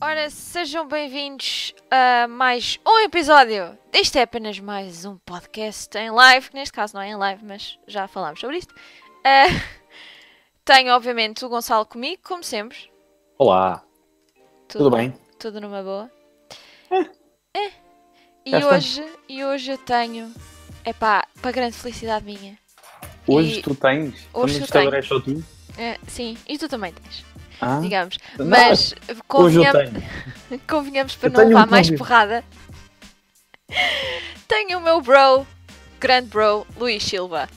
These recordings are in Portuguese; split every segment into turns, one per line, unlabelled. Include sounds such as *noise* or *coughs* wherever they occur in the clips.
Ora, sejam bem-vindos a mais um episódio. Este é apenas mais um podcast em live, que neste caso não é em live, mas já falámos sobre isto. Ah, tenho, obviamente, o Gonçalo comigo, como sempre.
Olá, tudo, bem?
Tudo numa boa. É.
Já
E,
estamos.
hoje, e hoje eu tenho, epá, para grande felicidade minha.
Hoje
E-
tu tens?
hoje
Quando
tu
o Instagram é só tu?
é, sim, e tu também tens,
Ah,
digamos.
não,
Mas
hoje eu
convenhamos-
tenho.
Convenhamos para
Eu
não
tenho um
levar mais
convite.
porrada. *laughs* Tenho o meu bro, grande bro, Luís Silva.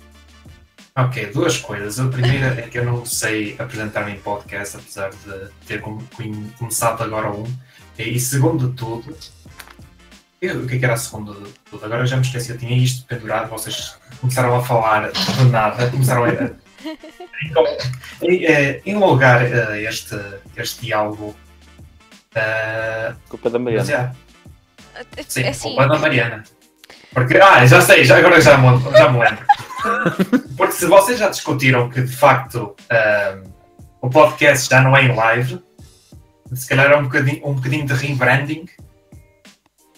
Ok, duas coisas. A primeira é que eu não sei apresentar-me em podcast, apesar de ter com- com- começado agora um. E, e segundo de tudo, eu- o que é que era a segunda de tudo? Agora eu já me esqueci, eu tinha isto pendurado, vocês começaram a falar do nada, começaram a. Então, em, eh, em lugar eh, este, este diálogo. eh,
Culpa da
mas
Mariana.
já, sim,
É assim,
culpa da Mariana. Porque, ah, já sei, já, agora já me, já me
*laughs*
lembro. Porque se vocês já discutiram que de facto ahm, o podcast já não é em live, se calhar é um bocadinho, um bocadinho de rebranding.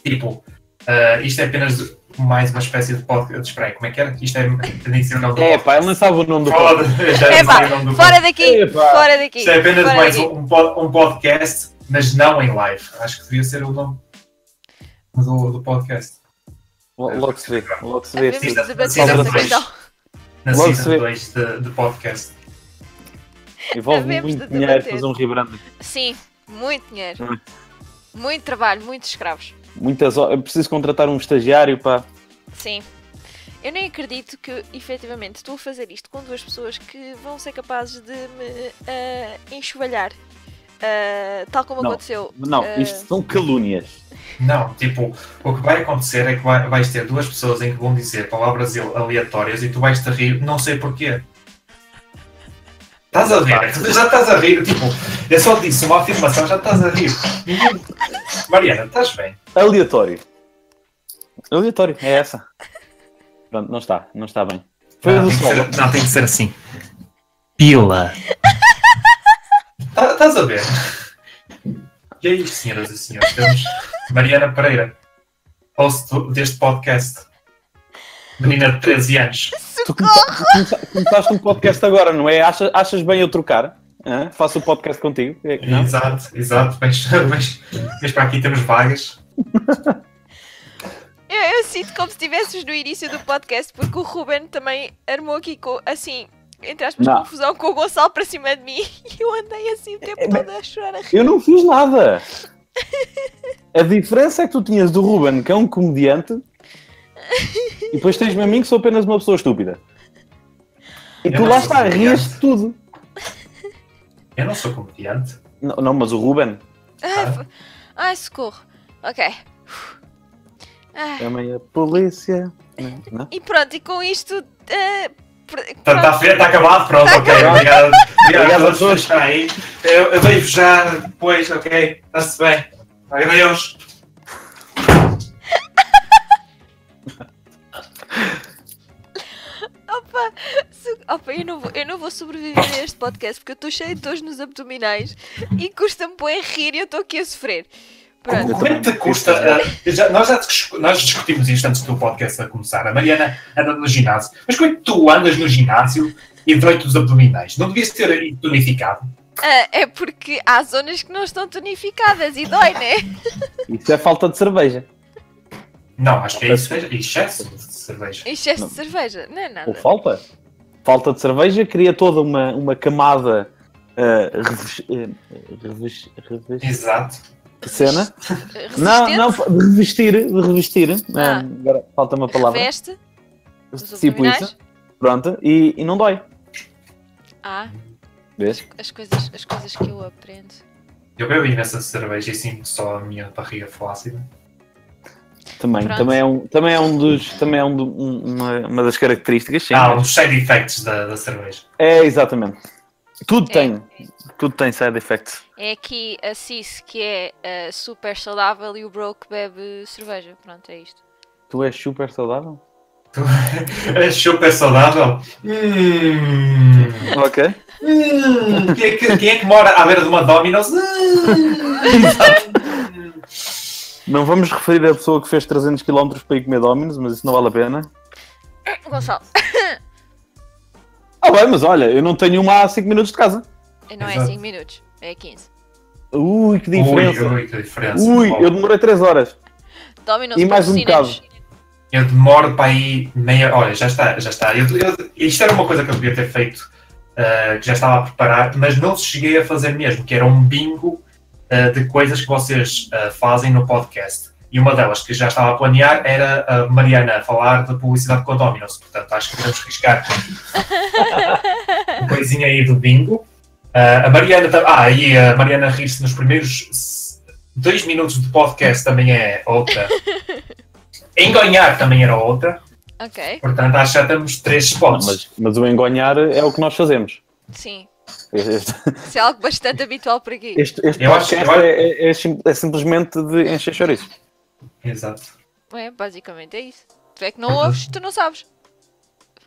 Tipo, ah, isto é apenas mais uma espécie de podcast. Espera aí, como é que era? Isto é tem que ser o nome do
É,
podcast.
pá, ele não sabe o nome do
Fala
podcast.
de- já
É
não sei
pá,
o nome do
fora daqui,
Epá.
fora daqui.
Isto é apenas
fora
mais
daqui.
um, um pod- um podcast, mas não em live. Acho que devia ser o nome do, do podcast.
Logo se vê, logo se vê.
Devemos
Sim,
sim.
sim,
debater
sim,
essa
sim.
questão.
Na
Logo se
season
vê.
2 de, de podcast.
Envolve
Devemos de
muito dinheiro
debater.
fazer um rebranding.
Sim, muito dinheiro.
Hum.
Muito trabalho, muitos escravos.
Muitas horas. Eu preciso contratar um estagiário, pá.
Sim. Eu nem acredito que, efetivamente, estou a fazer isto com duas pessoas que vão ser capazes de me ah, enxovalhar. Ah, tal como
Não.
aconteceu.
Não,
ah,
isto são calúnias.
Não, tipo, o que vai acontecer é que vai- vais ter duas pessoas em que vão dizer palavras ele- aleatórias e tu vais te rir, não sei porquê. Estás a rir, já estás a rir, tipo, eu só disse uma afirmação, já estás a rir. Mariana, estás bem?
Aleatório. Aleatório, é essa. Pronto, não está, não está bem. Foi o do
tem que
sol.
*laughs* ser- não, tem que ser assim. Pila. Estás a ver? E é isto, senhoras e senhores, temos Mariana Pereira, host do- deste podcast. Menina de 13 anos.
Tu come- tu come- começaste um podcast agora, não é? Achas, achas bem eu trocar? Hã? Faço o podcast contigo? É que não?
Exato, exato. Mas, mas, mas para aqui temos vagas.
Eu, eu sinto como se estivesses no início do podcast, porque o Ruben também armou aqui, co- assim, entre aspas,
Não.
confusão com o Gonçalo para cima de mim *laughs* e eu andei assim o tempo todo a chorar. a rir.
Eu não fiz nada. A diferença é que tu tinhas do Ruben, que é um comediante, e depois tens-me a mim, que sou apenas uma pessoa estúpida. E
Eu
tu
não
lá
sou
está,
comediante.
rias de tudo.
Eu não sou comediante. tá?
Não, não, mas o Ruben
Ai, f- ai, socorro. Ok. Ah,
é meio a polícia. Não, não.
e pronto, e com isto. eh, pr-
Está tá
pronto.
feio, está acabado, pronto,
Tá
ok.
acabado.
Obrigado. Obrigado a
a todos.
todos que estão aí. Eu, eu vejo já depois, ok? Está-se bem. Adeus.
So- Opa, eu não, vou, eu não vou sobreviver a este podcast porque eu estou cheio de dores nos abdominais e custa-me bem rir e eu estou aqui a sofrer. Pronto.
Como é que te custa? eh, já- nós já discu- nós discutimos isto antes do podcast a começar. A Mariana anda no ginásio. Mas como é que tu andas no ginásio e doito os abdominais? Não devias ter aí tonificado?
Ah, é porque há zonas que não estão tonificadas e dói, né?
Isso é falta de cerveja.
Não, acho que é isso. É excesso de cerveja.
Excesso
Não.
de cerveja, não é nada.
Ou falta? Falta de cerveja cria toda uma, uma camada ah, reves- eh, reves- reves-
Exato.
cena.
Eh, Resistente,
Não, não, de revestir, de revestir.
Ah.
Ah, agora falta uma palavra.
reveste os
tipo
abdominais.
isso, pronto, e, e não dói.
Ah,
Vês?
as coisas, as coisas que eu aprendo.
Eu bebo imensa cerveja e sinto só a minha barriga flácida.
Também,
Pronto.
também é, um, também é um dos, também é um do- um- uma, uma das características, sim.
Ah, os side effects da, da cerveja.
É, exatamente. Tudo
É.
tem, tudo tem side effects.
É aqui a Cis que é ah, super saudável e o Bro que bebe cerveja. Pronto, é isto.
Tu és super saudável?
É super saudável. Hum.
Ok. *laughs*
Hum. Quem, é que, quem é que mora à beira de uma Domino's? Hum.
Não vamos referir a pessoa que fez 300 km para ir comer Dominos, mas isso não vale a pena.
Gonçalo.
Ah, bem, mas olha, eu não tenho uma há 5 minutos de casa.
Não é
Exato.
5 minutos, é 15.
Ui, que diferença.
Ui, ui, que diferença.
Ui,
Bom,
eu demorei 3 horas.
Dominos
E mais um
patrocina-nos.
eu demoro para aí meia. Olha, já está, já está. Eu, eu- isto era uma coisa que eu devia ter feito, ah, que já estava a preparar, mas não cheguei a fazer mesmo, que era um bingo ah, de coisas que vocês ah, fazem no podcast. E uma delas que já estava a planear era a Mariana a falar da publicidade com a Dominos, portanto acho que podemos riscar uma coisinha aí do bingo. Ah, a Mariana, tam- ah, e a Mariana rir-se nos primeiros s- dois minutos de podcast também é outra. Enganhar também era outra,
Ok,
portanto acho que já temos três
Não,
spots.
mas, mas o engonhar é o que nós fazemos.
sim.
Este,
Isso é algo bastante habitual por aqui.
este- este
Eu acho que-
podcast
eu acho-
é, é- é sim- é simplesmente de encher chouriço.
Exato.
É, basicamente é isso. Tu é que não ouves, tu não sabes.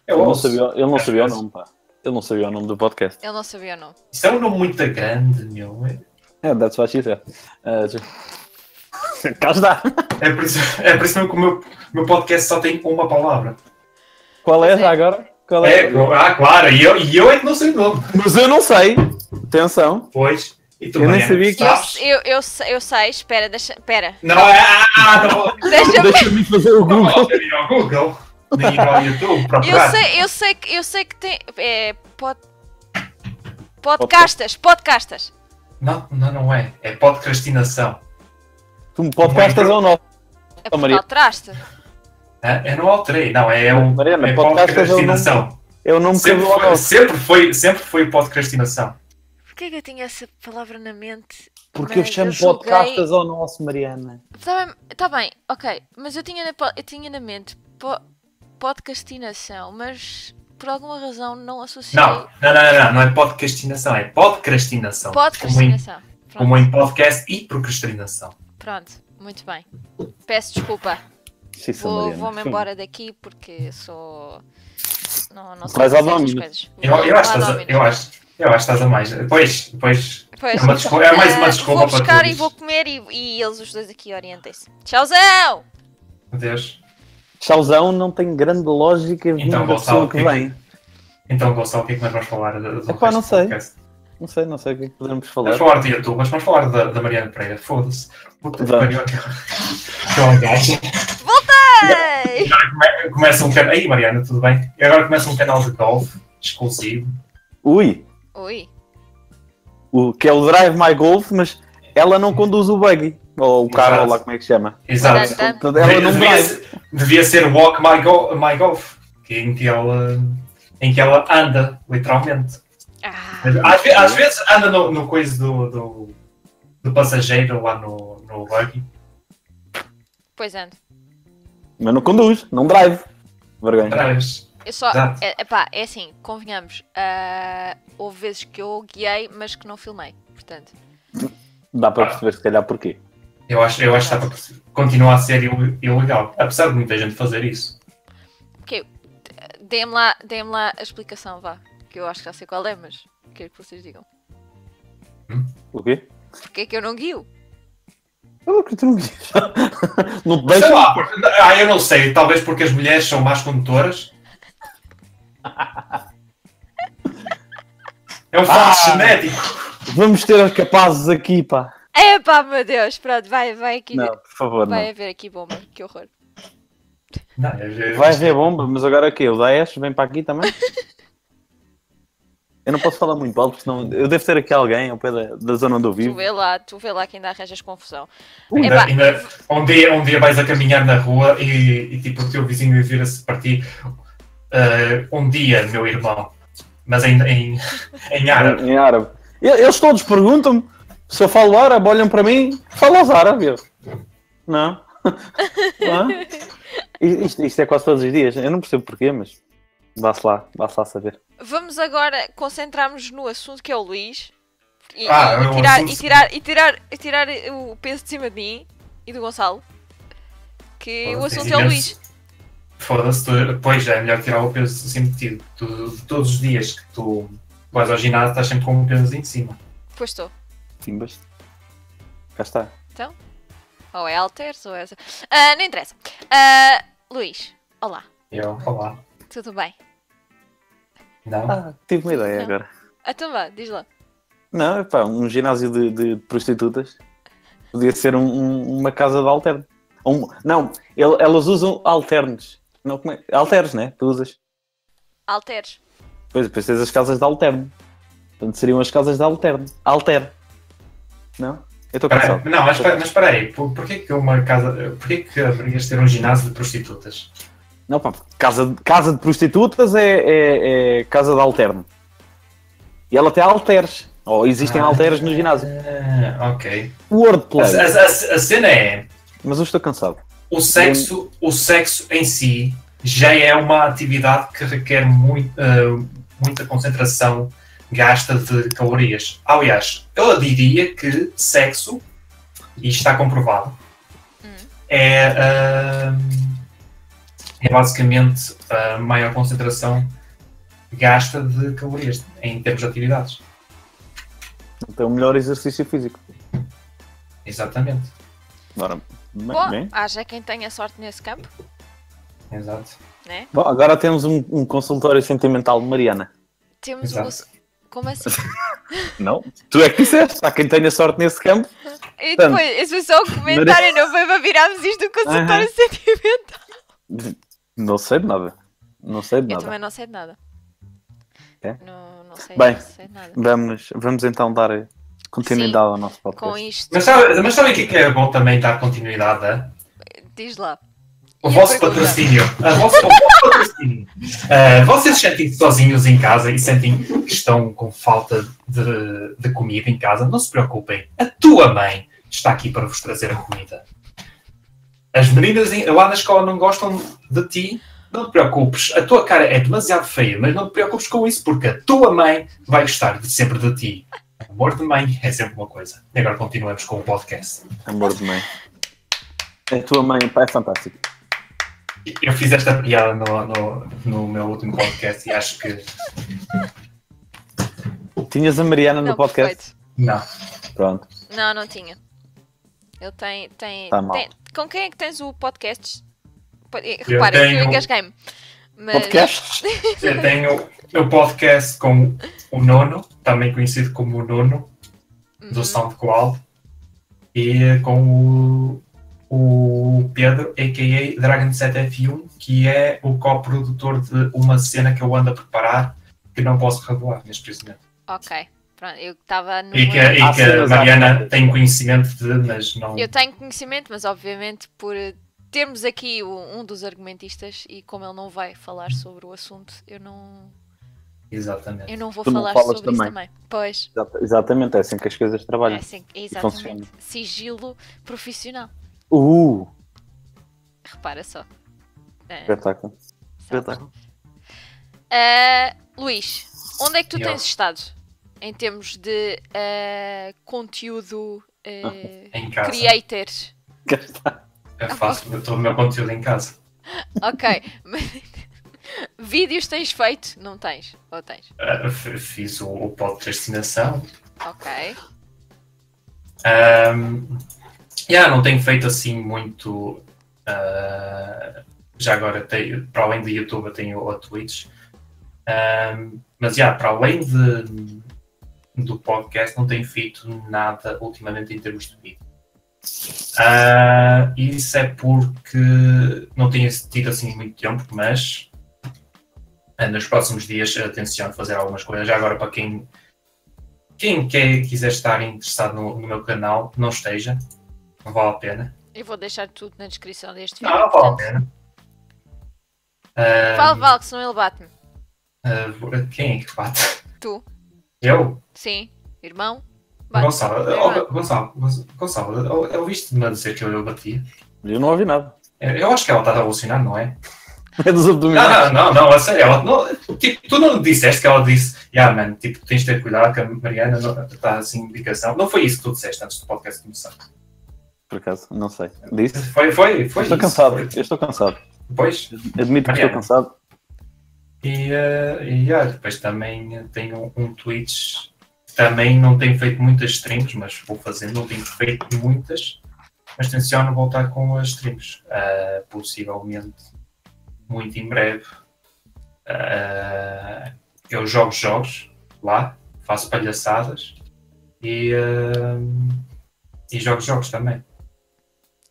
Eu
Ele não,
ouço.
sabia, ele não sabia o nome, pá. Ele não sabia o nome do podcast.
Ele não sabia o nome.
Isso é um nome muito grande, meu. É-
É, that's what she said. Ah, ju- Cá está.
É por isso, *laughs* é por isso mesmo que o meu, o meu podcast só tem uma palavra.
Qual é
Pois é.
já agora? Qual
É,
é?
ah, claro, e eu, e eu é que não sei o nome.
Mas eu não sei. Atenção.
Pois. E tu,
Eu nem
Mariana,
sabia que-
sabes?
Eu, eu, eu, sei- eu sei, espera, deixa. Espera.
Não, é. Ah, ah, não.
Deixa-me.
Deixa-me fazer o
Não
Google.
posso ir ao Google, nem ir ao YouTube,
Eu
procurar.
sei, eu sei que eu sei que tem. É. Pod... Podcastas, podcastas.
Não, não, não é. É podcastinação.
Tu me podcastas
Muito.
ou não?
É
Oh, Maria.
Portugal Traste.
Hã? Eu não alterei, não, é o
Mariana,
é
podcast é o nome-
podcastinação.
Eu não me
Sempre
perdoe ou
foi,
não.
sempre foi, sempre foi podcastinação.
Porquê que eu tinha essa palavra na mente?
Porque eu
Mas
chamo
eu julguei-
podcastas ao nosso, Mariana.
Tá bem, tá bem, ok. Mas eu tinha na, po- eu tinha na mente po- podcastinação, mas por alguma razão não associei
Não, não, não, não, não, não é podcastinação, é podcastinação.
podcastinação. Pronto,
Como em, como em podcast e procrastinação.
pronto, muito bem. Peço desculpa.
Sim, sim,
Vou-
Mariana.
Vou-me embora daqui porque sou. Não, não sei
Vais
fazer
ao
estas
Dominus.
coisas.
Eu, eu,
Vou
acho, que
ao
estás a-
Dominus.
eu, acho, eu acho que estás a mais. Pois, pois.
Pois.
É, uma desculpa- é mais uma
Ah,
desculpa
Vou
para
buscar e
tudo.
vou comer e, e eles os dois aqui orientem-se. Tchauzão!
Meu Deus.
Chauzão não tem grande lógica vindo da
Gonçalo,
pessoa que
o que é que-
vem.
Então, Gonçalo, o que é que nós vamos falar do, do
Epá,
resto
não
do
sei.
podcast?
Não sei, não sei o que é que podemos falar.
Vamos falar de YouTube, mas vamos falar da, da Mariana Pereira. Foda-se. Puta que
Vamos.
pariu, *laughs* aquela- aquela gaja.
Ei!
Come- Começa um canal. Aí, Mariana, tudo bem? E agora começa um canal de golfe exclusivo.
Ui,
Ui,
o, que é o Drive My Golf, mas ela não conduz o buggy. Ou o carro,
Exato.
ou lá como é que se chama.
Exato.
Tá.
Portanto, Ela não
devia,
drive.
ser, devia ser Walk My, Go- My Golf, que- é em, que ela, em que ela anda, literalmente.
Ah,
Às, ve- às vezes anda no, no coisa do, do, do passageiro lá no, no buggy.
pois ando.
Mas não conduz, não drive. Vergonha.
Atrás.
Eu só.
Exato.
É, epá, é assim, convenhamos. ah, houve vezes que eu guiei, mas que não filmei. Portanto,
Dá para perceber, se calhar, porquê.
Eu acho, eu acho que está para continuar a ser il- ilegal, apesar de muita gente fazer isso.
dê-me lá, dê lá a explicação, vá. Que eu acho que já sei qual é, mas quero que vocês digam.
O quê?
Porquê é que eu não guio?
Eu que tu não guias. *laughs* Não te
Sei
deixa.
lá, porque- ah, eu não sei, talvez porque as mulheres são
*laughs*
más condutoras. É um fato
Ah.
genético.
Vamos ter os capazes aqui, pá.
Epá, meu Deus, pronto, vai, vai aqui.
Não, por favor,
vai
não.
haver aqui bomba, que horror.
Não, eu-
Vai haver bomba, mas agora o quê? O Daesh vem para aqui
*laughs*
também? Eu não posso falar muito alto, senão eu devo ter aqui alguém ao pé da, da zona onde eu
Tu
vivo.
vê lá, tu vê lá que ainda arranjas confusão.
Ainda-
Epá.
ainda- um, dia, um dia vais a caminhar na rua e, e, tipo o teu vizinho vira-se para ti. "Ah, um dia, meu irmão. Mas em, em, *laughs* em árabe.
Em, em árabe. E- Eles todos perguntam-me se eu falo árabe, olham para mim, falas árabe. Eu, Não. *laughs* não. I- Isto, isto é quase todos os dias. Eu não percebo porquê, mas vá-se lá, vá-se lá saber.
Vamos agora concentrar-nos no assunto que é o Luís. E,
Ah,
e- e
é um
tirar,
assunto-
e, tirar, e, tirar, e tirar o peso de cima de mim e do Gonçalo. Que o
Foda-se,
assunto é o
imenso.
Luís.
Foda-se, tu- pois é, é melhor tirar o peso assim de ti. Tu- Todos os dias que tu vais ao ginásio, estás sempre com um peso em cima.
Pois estou.
Timbas. Cá está.
Então? Ou é Alters, ou é. Ah, não interessa. Ah, Luís, olá,
Eu, olá.
tudo bem?
Não?
Ah, tive uma ideia
Não.
agora.
Ah, então vá, diz lá.
Não, epá, um ginásio de, de prostitutas podia ser um- um- uma casa de alterno. Um- não, el- elas usam alternos. Não, como é? Alternos, né? Tu usas.
Alteres.
Pois, depois tens as casas de alterno. Portanto, seriam as casas de alterno. Alter. Não? Eu estou
Peraí,
cansado.
não, mas, espera- mas espera aí, por, porquê que uma casa. Porquê que haverias de ter um ginásio de prostitutas?
Não, pá, casa, de- casa de prostitutas é, é- é casa de alterno. E ela tem alteres. Ou existem
Ah.
alteres no ginásio.
Ah, ok. A,
Wordplay.
a- a- a cena é.
Mas eu estou cansado.
O sexo, o sexo em si já é uma atividade que requer muito, eh, muita concentração gasta de calorias. Aliás, eu diria que sexo, e está comprovado,
Hum.
é, ah, é basicamente a maior concentração gasta de calorias em termos de atividades.
Então, o melhor exercício físico.
Exatamente.
Ora, bem,
Bom,
bem.
haja quem tenha sorte nesse campo.
Exato.
Bom, agora temos um, um consultório sentimental de Mariana.
Temos
Exato.
um. cons- Como assim?
Não? Tu é que disseste. Há quem tenha sorte nesse campo.
E
Portanto,
depois, esse foi só o comentário, não foi para virarmos isto do consultório sentimental.
Não sei de nada. Não sei de
Eu
nada.
também não sei de nada.
É?
Não, não sei,
Bem.
não sei de nada.
Vamos, vamos então dar continuidade ao nosso podcast.
Com isto,
Mas sabe, mas sabe o que é que é bom também dar continuidade a?
diz lá.
O
E a
vosso
pergunta?
patrocínio. A vosso, o vosso patrocínio. Ah, vocês sentem-se sozinhos em casa e sentem que estão com falta de, de comida em casa? Não se preocupem. A tua mãe está aqui para vos trazer a comida. As meninas em- lá na escola não gostam de ti? Não te preocupes. A tua cara é demasiado feia, mas não te preocupes com isso, porque a tua mãe vai gostar de sempre de ti. Amor de mãe é sempre uma coisa. E agora continuamos com o podcast.
Amor de mãe. A tua mãe pá, é fantástico.
Eu fiz esta piada no, no, no meu último podcast e acho que.
Tinhas a Mariana no
Não,
podcast?
perfeito.
Não.
Pronto.
Não, não tinha. Ele tem. tem,
Tá mal.
tem- com quem é que tens o podcast? Po- eh,
Eu
Repara, eu,
tenho- um
engasguei-me. Mas... *laughs*
Podcasts?
Eu tenho o podcast com o Nono, também conhecido como o Nono,
Uhum.
do SoundCloud, e com o, o Pedro, a.k.a. Dragon7F1, que é o co-produtor de uma cena que eu ando a preparar que não posso revelar neste preciso momento.
Ok, pronto, eu estava no.
E que, é- e
Há
que a
cenas à
Mariana
parte.
tem conhecimento de, mas não.
Uhum. Eu tenho conhecimento, mas obviamente por eh, termos aqui o- um dos argumentistas e como ele não vai falar sobre o assunto, eu não,
Exatamente.
eu não vou
Tu não
falar
falas
sobre isso também. Pois,
Exata- Exatamente, é assim que as coisas
é
trabalham.
assim,
funciona.
exatamente. Sigilo profissional.
Uh,
Repara só. É,
espetáculo.
sabe?
Espetáculo.
Ah, Luís, onde é que tu
Eu.
tens estado em termos de ah, conteúdo ah,
Em casa. É
creator?
Cá está.
Eu faço todo o meu conteúdo em casa.
Ok, mas *laughs* vídeos tens feito? Não tens? Ou tens?
Uh, f- fiz o, o podcastinação.
Ok.
Um, yeah, não tenho feito assim muito. uh, já agora, tenho, para além do YouTube, eu tenho o Twitch. Um, mas já, para além de, do podcast, não tenho feito nada ultimamente em termos de vídeo. Uh, isso é porque não tenho tido assim muito tempo, mas uh, nos próximos dias eu tenciono fazer algumas coisas. Já agora, para quem quem quer, quiser estar interessado no, no meu canal, não esteja. Não vale a pena.
Eu vou deixar tudo na descrição deste vídeo.
Não, não vale a pena. Ah,
Fala, Val, que senão ele bate-me.
ah, quem é que bate? *laughs*
Tu?
Eu?
Sim. Irmão? Bate.
Gonçalo,
Vai,
oh,
vai.
Gonçalo, Gonçalo, Gonçalo, oh, eu ouviste-me a dizer que eu, eu bati.
Eu não ouvi nada. *laughs*
Eu eu acho que ela está a alucinar, não é?
É dos abdominais.
Ah, Não, não, não, não, a sério, ela não, tipo, tu não disseste que ela disse, yeah, mano, tipo, tens de ter cuidado que a Mariana não- está assim indicação. Não foi isso que tu disseste antes do podcast começar.
Por acaso, não sei. Disse?
Foi, foi, foi.
estou
isso,
cansado.
foi.
Eu estou cansado.
Pois,
Admito que estou
Mariana.
cansado.
E, eh, e ah, depois também eh, tenho um Twitch. Também não tenho feito muitas streams, mas vou fazendo, não tenho feito muitas. mas tenciono voltar com as streams, ah, possivelmente muito em breve. Ah, eu jogo jogos lá, faço palhaçadas e, ah, e jogo jogos também.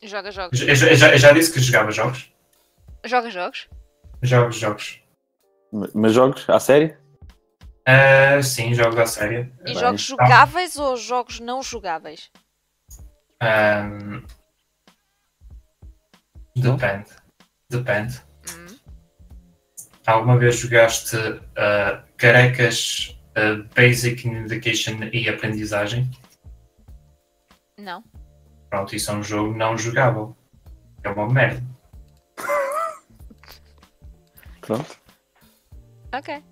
Joga jogos.
Eu, já- eu já, eu já disse que jogava jogos.
Joga jogos?
Jogo jogos.
Mas jogos, à série?
Ah, sim, jogos à série.
E
Bem,
jogos
tá.
jogáveis ou jogos não jogáveis?
Ahm, depende. Depende.
Hum.
Alguma vez jogaste ah, Carecas ah, Basic Indication e Aprendizagem?
Não.
Pronto, isso é um jogo não jogável. É uma merda.
Pronto.
Ok.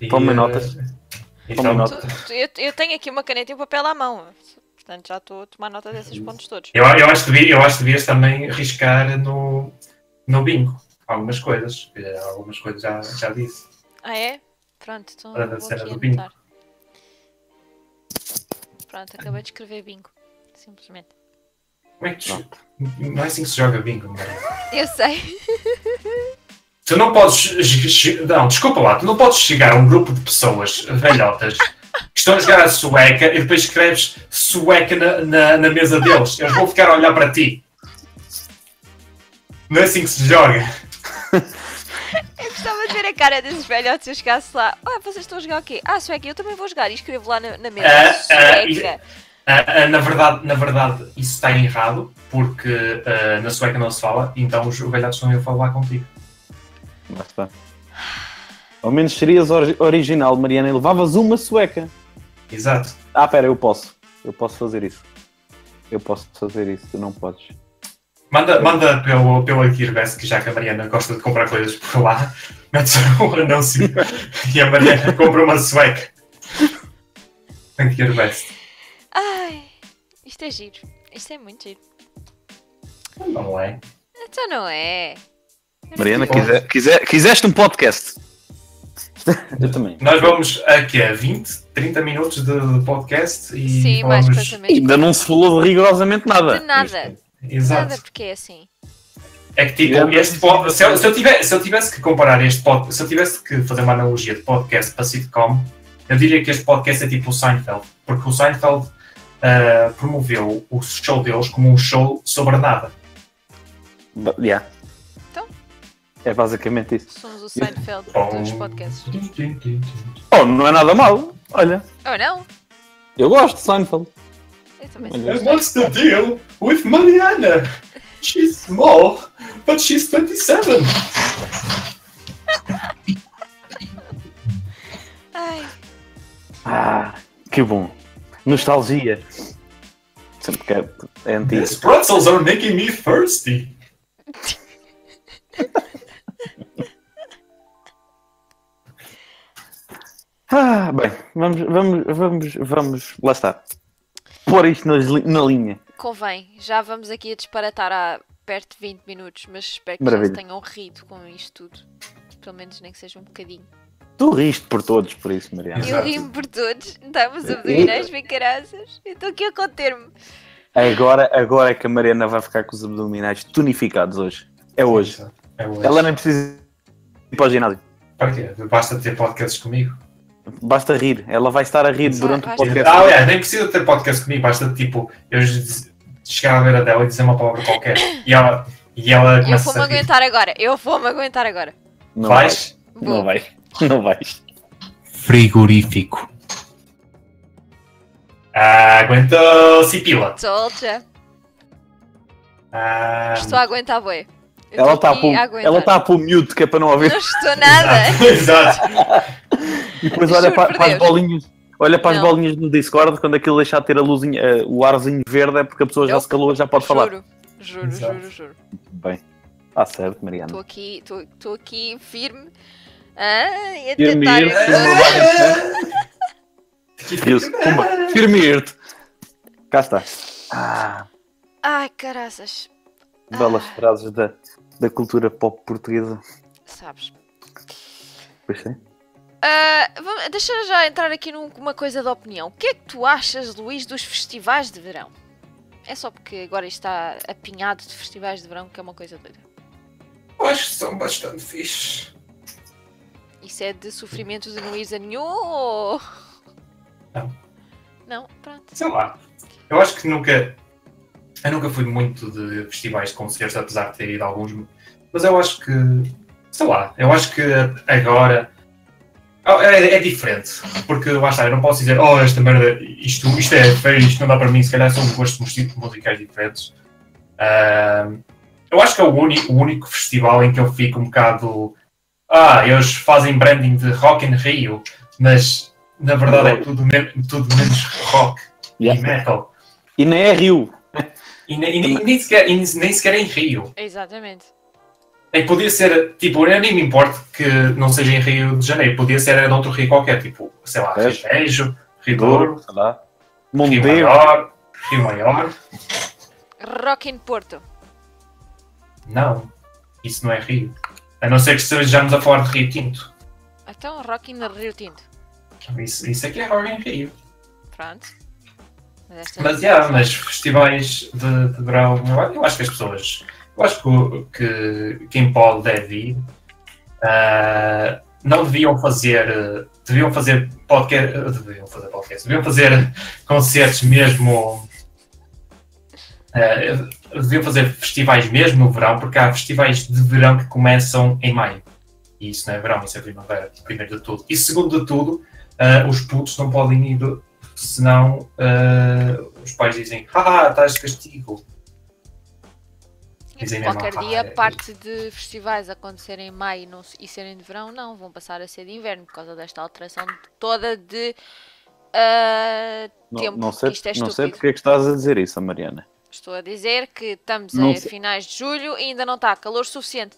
E,
Toma
ah,
notas.
e
Toma
toma-
notas.
Tu- tu- Eu, eu tenho aqui uma caneta e um papel à mão. Portanto, já estou a tomar nota desses
Uhum.
pontos todos.
Eu, eu acho que devia- eu acho que devias também riscar no, no bingo algumas coisas. que Algumas coisas já, já disse.
Ah, é? Pronto, então
Para
vou
cena
aqui
do bingo.
anotar. Pronto, acabei de escrever bingo. Simplesmente.
Como é que tu- não é assim que se joga bingo, mano.
Eu sei.
Tu não podes. che- che- Não, desculpa lá, tu não podes chegar a um grupo de pessoas velhotas que estão a jogar a sueca e depois escreves sueca na, na, na mesa deles. Eles vão ficar a olhar para ti. Não é assim que se joga.
Eu gostava de ver a cara desses velhotes se eu chegasse lá. Ah, vocês estão a jogar o quê? Ah, sueca, eu também vou jogar. E escrevo lá na, na mesa.
Ah, ah, e-
sueca.
Ah, ah, na, verdade, na verdade, isso está errado, porque ah, na sueca não se fala, então os velhotes não iam falar contigo.
Lá está. Ao menos serias ori- original, Mariana, e levavas uma sueca.
Exato.
Ah, pera, eu posso. Eu posso fazer isso. Eu posso fazer isso, tu não podes.
Manda, manda pelo, pelo Gearbest, que já que a Mariana gosta de comprar coisas por lá, *laughs* mete um anúncio e a Mariana compra uma sueca. Em Gearbest.
Ai, isto é giro. Isto é muito giro.
Não é?
Então não é.
Mariana,
Pode.
quiser, quiser, quiseste um podcast?
*laughs* Eu também.
Nós vamos a quê? 20, 30 minutos de, de podcast e
Sim, mais
falamos...
coisa mesmo.
Ainda não se falou de rigorosamente nada.
De nada. De nada
Exato.
porque é assim.
É que tipo,
Tivemos-
este pod... se, eu, se eu tivesse, se eu tivesse que comparar este podcast, se eu tivesse que fazer uma analogia de podcast para sitcom, eu diria que este podcast é tipo o Seinfeld, porque o Seinfeld ah, promoveu o show deles como um show sobre nada.
But, yeah.
Então?
É basicamente isso.
Somos o Seinfeld
Bom.
dos podcasts.
Oh, não é nada mal. Olha,
Oh não?
eu gosto de Seinfeld.
Eu também
Olha.
sou.
What's the deal with Mariana? She's small, but she's 27.
Ai,
Ah, que bom. Nostalgia. Sempre que é, é antigo.
These pretzels are making me thirsty.
Ah, bem, vamos, vamos, vamos, vamos, lá está. Pôr isto nas li- na linha.
convém. Já vamos aqui a disparatar há perto de 20 minutos, mas espero que
Maravilha.
vocês tenham rido com isto tudo. Pelo menos nem que seja um bocadinho.
Tu riste por todos, por isso, Mariana.
Eu
Exato.
rimo por todos. um Estávamos abdominais bem caraças. Eu estou aqui a conter-me.
Agora, agora é que a Mariana vai ficar com os abdominais tonificados hoje. É hoje.
É hoje.
Ela nem precisa ir para o ginásio.
Para quê? Basta ter podcasts comigo.
Basta rir. Ela vai estar a rir
Vai,
durante
vai
o
Ah,
podcast.
olha, nem precisa ter podcast comigo, basta tipo, eu diz- chegar à beira dela e dizer uma palavra qualquer. E ela, e ela
Eu
começa
vou-me
a rir.
aguentar agora. Eu vou-me aguentar agora.
Não vais.
Vais?
Não
Vou.
vais. Não vais.
Frigorífico. Ah, aguentou-se pila.
Solta.
Ah,
Estou a aguentar, boi.
Ela está a pôr- ela tá a pôr mute, que é para
*laughs*
não ouvir.
Não estou nada.
Ah, *laughs* Exato. exato.
E depois olha
Juro
para,
por
para as
Deus.
bolinhas. Olha para as
Não.
bolinhas no Discord, quando aquilo deixar de ter a luzinha, eh, o arzinho verde é porque a pessoa já
Eu-
se calou, já pode falar.
Juro, juro,
Exato.
juro, juro.
Bem, está certo, Mariana.
Estou aqui, estou aqui firme. Ah, e a
Firme
tentar.
Isso, pumba, firme-te. Cá está. Ah,
Ai, caraças.
belas frases da, da cultura pop portuguesa.
Sabes.
Pois sim.
Ah, vamos- deixa eu já entrar aqui numa coisa de opinião. O que é que tu achas, Luís, dos festivais de verão? É só porque agora isto está apinhado de festivais de verão, que é uma coisa doida.
Eu acho que são bastante fixe.
Isso é de sofrimento de não ir a nenhum ou...
Não.
Não? Pronto.
Sei lá. Eu acho que nunca. Eu nunca fui muito de festivais de concertos, apesar de ter ido a alguns. Mas eu acho que. Sei lá. Eu acho que agora. Oh, É, é diferente, porque lá está, eu não posso dizer, oh, esta merda, isto, isto é feio, isto não dá para mim, se calhar são gostos mus- musicais diferentes. Ah, eu acho que é o único, o único festival em que eu fico um bocado, ah, eles fazem branding de Rock in Rio, mas na verdade é tudo, men- tudo menos rock e
Yeah.
metal.
E nem é Rio.
E, ne- e nem, nem sequer, e nem sequer em Rio.
Exatamente.
É que podia ser, tipo, eu nem me importo que não seja em Rio de Janeiro, podia ser de outro Rio qualquer, tipo, sei lá, Rio
Pois.
de Janeiro, Rio de Ouro,
sei lá.
Rio
Mondego.
Maior, Rio Maior.
Rock in Porto.
Não, isso não é Rio. A não ser que estejamos a falar de Rio Tinto.
Então, Rock in Rio Tinto.
Isso, isso aqui é Rock em Rio.
Pronto. Mas esta... é
Mas, yeah, mas festivais de, de verão, eu- eu acho que as pessoas, eu acho que, o- que quem pode deve ir, Ah, não deviam fazer, eh, deviam fazer podcast, eh, deviam fazer podcast, deviam fazer concertos mesmo, eh, deviam fazer festivais mesmo no verão, porque há festivais de verão que começam em maio. E isso não é verão, isso é primavera, primeiro de tudo. E segundo de tudo, ah, os putos não podem ir senão ah, os pais dizem, ah, estás de castigo. Dizem mesmo,
Qualquer
"Ah,
dia,
é-
parte de festivais acontecerem em maio e não se- e serem de verão, não, vão passar a ser de inverno por causa desta alteração toda de ah,
Não,
tempo.
não sei,
Isto é
não sei
estúpido.
porque é que estás a dizer isso, a Mariana.
Estou a dizer que estamos
Não
a
sei.
finais de julho e ainda não está calor suficiente.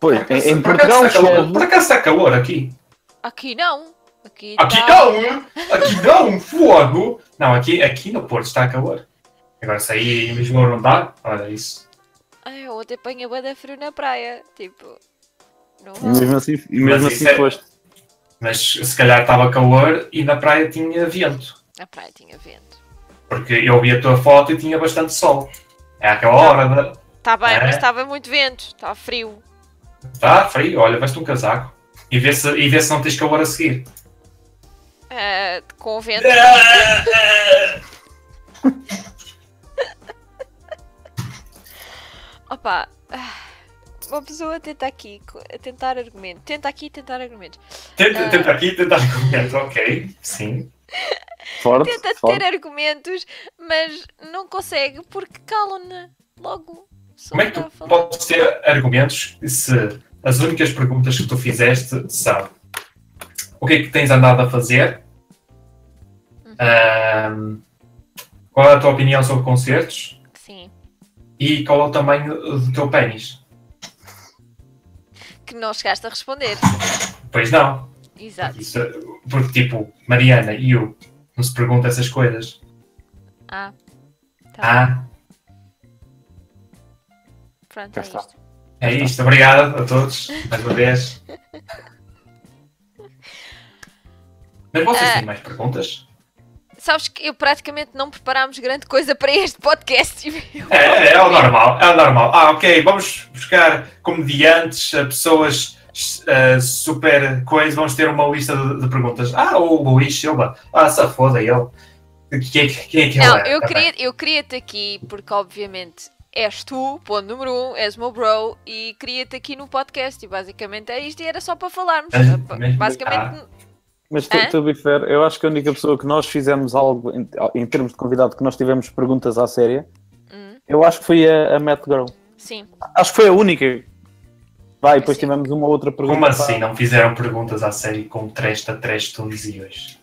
Pois,
Por acaso-
em, em
por acaso
Portugal
está calor-
chove.
Por acaso está calor aqui?
Aqui não. Aqui,
Aqui
tá-
não, hein? aqui não, fogo! Não, aqui, aqui no Porto está calor. Agora sair em Lisboa não dá, olha isso.
Ai, eu ontem apanhei bué da frio na praia. Tipo, não
E mesmo assim, e
Mas
mesmo
isso é-
assim foste.
Mas se calhar estava calor e na praia tinha vento.
A praia tinha vento.
Porque eu vi a tua foto e tinha bastante sol. É aquela hora, né?
Está Tá bem,
É?
mas estava muito vento, estava frio.
está frio, olha, veste um casaco. E vê, se, e vê se não tens calor a seguir.
Ah, com o vento. Opa, ah, uma pessoa tenta aqui, co- tentar argumento. Tenta aqui tentar argumentos.
Tenta,
Ah.
tenta aqui, tenta aqui com vento, ok. Sim.
Forte,
Tenta ter
forte.
argumentos, mas não consegue porque calam-na logo. Só
Como é que
dá a
tu
falar.
podes ter argumentos se as únicas perguntas que tu fizeste são o que é que tens andado a fazer? Ahm, qual é a tua opinião sobre concertos?
Sim.
E qual é o tamanho do teu pênis?
Que não chegaste a responder.
Pois não.
Exato.
Isso, porque, tipo, Mariana e eu não se perguntam essas coisas.
Ah, tá.
Ah,
Pronto,
Já
é
está.
isto.
é isto. Obrigado a todos, mais uma vez. Mas vocês têm mais perguntas?
Sabes que eu praticamente não preparámos grande coisa para este podcast.
É, é o normal, é o normal. Ah, ok, vamos buscar comediantes, eh, pessoas eh, super coisas, vamos ter uma lista de, de perguntas. Ah, o Luís Silva, ah, se foda ele. Quem, é que- quem é que ele
Não,
é?
eu
Tá bem.
queria, eu queria-te aqui, porque obviamente és tu, ponto número um, és o meu bro, e queria-te aqui no podcast, e basicamente é isto, e era só para falarmos.
Mas-
Ba-
mas-
basicamente,
Mas tu,
Hã?
tu be fair, eu acho que a única pessoa que nós fizemos algo, em, em termos de convidado, que nós tivemos perguntas à séria,
Hum,
eu acho que foi a, a Matt Girl.
sim,
Acho que foi a única. Vai, depois
Sim.
tivemos uma outra pergunta.
Como assim
pá.
não fizeram perguntas à série com três a três tunisias?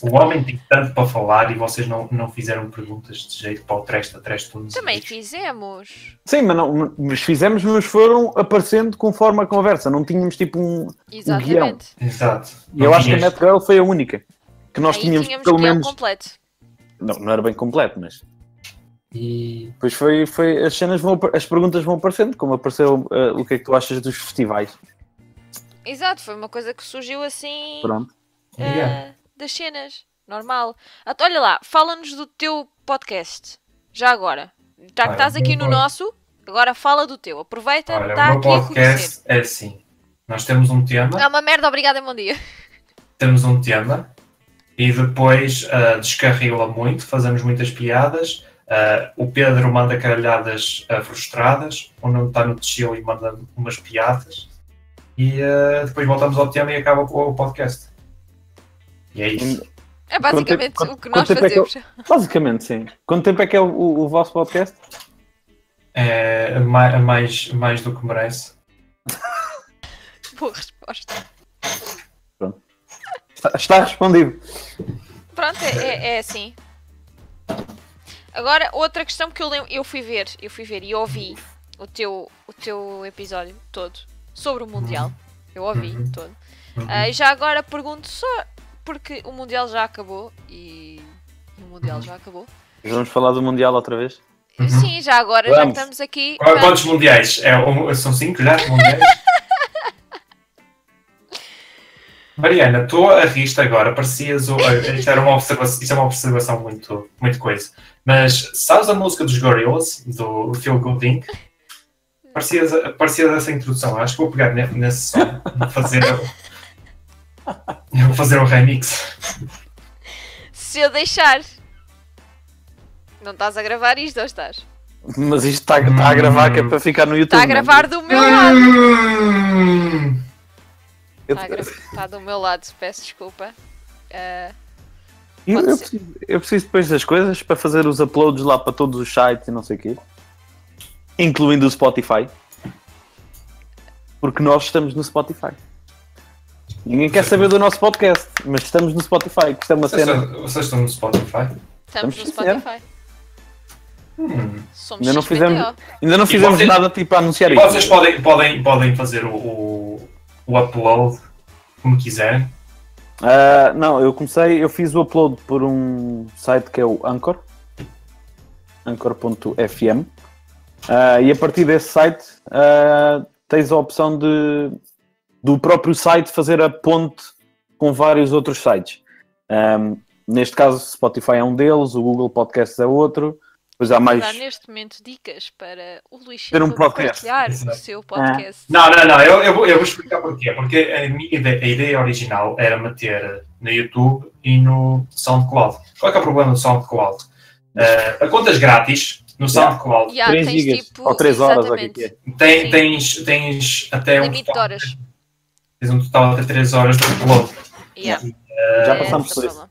O homem tem tanto para falar e vocês não, não fizeram perguntas de jeito para o três a três tunisias.
também fizemos.
Sim, mas, não, mas fizemos, mas foram aparecendo conforme a conversa. Não tínhamos tipo um.
Exatamente.
Exato.
E eu acho que a
tinhas-
Matt Girl foi a única. Que nós
Aí
tínhamos,
tínhamos
pelo
guião
menos.
completo.
Não, não era bem completo, mas.
E
Depois foi, foi as cenas vão apa- as perguntas vão aparecendo, como apareceu eh, o que é que tu achas dos festivais.
Exato, foi uma coisa que surgiu assim
Pronto.
eh,
Yeah.
Ah, das cenas, normal. Até, olha lá, fala-nos do teu podcast. Já agora. Já que
Olha,
estás aqui no
boa.
nosso, agora fala do teu. Aproveita,
Olha,
está
o meu
aqui a conhecer.
podcast é assim. Nós temos um tema,
É uma merda, obrigada, e bom dia.
temos um tema e depois ah, descarrila muito, fazemos muitas piadas. Ah, o Pedro manda caralhadas ah, frustradas, o Nuno está no chill e manda umas piadas. E ah, depois voltamos ao tema e acaba com o podcast. E é isso.
É
Quanto tempo-
basicamente
quanto-
o que
quanto
nós
tempo é que eu-
fazemos.
Basicamente, sim. Quanto tempo é que é o, o- o vosso podcast?
É ma- mais, mais do que merece.
é Boa resposta.
Está, está respondido.
Pronto, é, é- é assim. Agora, outra questão que eu lembro. Eu fui ver, eu fui ver e ouvi o teu, o teu episódio todo sobre o Mundial. Eu ouvi
Uhum.
todo.
Uhum.
Ah, e já agora pergunto só, porque o Mundial já acabou e. e O Mundial já acabou.
Vamos falar do Mundial outra vez?
Uhum.
Sim, já agora, já que
Vamos.
estamos aqui.
Qu-
vamos-
Quantos mundiais? É, um- são cinco já? Mundiais? Mariana, tu a riste agora, parecias. o- eh, Isto, era uma observação, isto é uma observação muito, muito coisa. Mas sabes a música dos Gorillaz, do Phil Golding? Parecias, parecias essa introdução. Acho que vou pegar ne- nesse som e fazer. Vou fazer um remix.
Se eu deixar. Não estás a gravar isto ou estás?
Mas isto está, está a gravar que é para ficar no YouTube.
Está a
não é?
gravar do meu lado.
Eu,
Está a gra- está Tá do meu lado, peço desculpa. Ah,
eu-
pode
eu
ser.
preciso, eu preciso depois das coisas para fazer os uploads lá para todos os sites e não sei o quê. Incluindo o Spotify. Porque nós estamos no Spotify. Ninguém quer saber do nosso podcast, mas estamos no Spotify, que isto é uma
Vocês,
cena.
estão- vocês estão no Spotify?
estamos no
Estamos sincero.
Spotify.
Hum.
Somos
Ainda
XPTO.
não fizemos- Ainda não fizemos
vocês-
nada tipo a anunciar
E
isto.
vocês podem, podem, podem fazer o, o, o upload como quiserem.
Ah, não, eu comecei, eu fiz o upload por um site que é o Anchor, anchor.fm, Ah, e a partir desse site ah, tens a opção de do próprio site fazer a ponte com vários outros sites. Ahm, neste caso, Spotify é um deles, o Google Podcasts é outro, depois há mais.
Vou dar neste momento dicas para o Luís
Ter um
Silva
podcast.
partilhar o
Exato. Ah.
seu podcast.
Não, não, não, eu, eu, vou, eu vou explicar porquê. Porque a minha ideia, a ideia original era meter no YouTube e no SoundCloud. Qual é, que é o problema do SoundCloud? Eh, a contas grátis no SoundCloud
Já,
3
tens
gigas
tipo.
ou 3 horas ou o que é
exatamente.
que é.
Sim.
tem, tens, tens até um
Limite de
total,
horas.
tens um total até 3 horas de upload.
Yeah.
Já
É
passámos
esse
por
o
isso.
problema.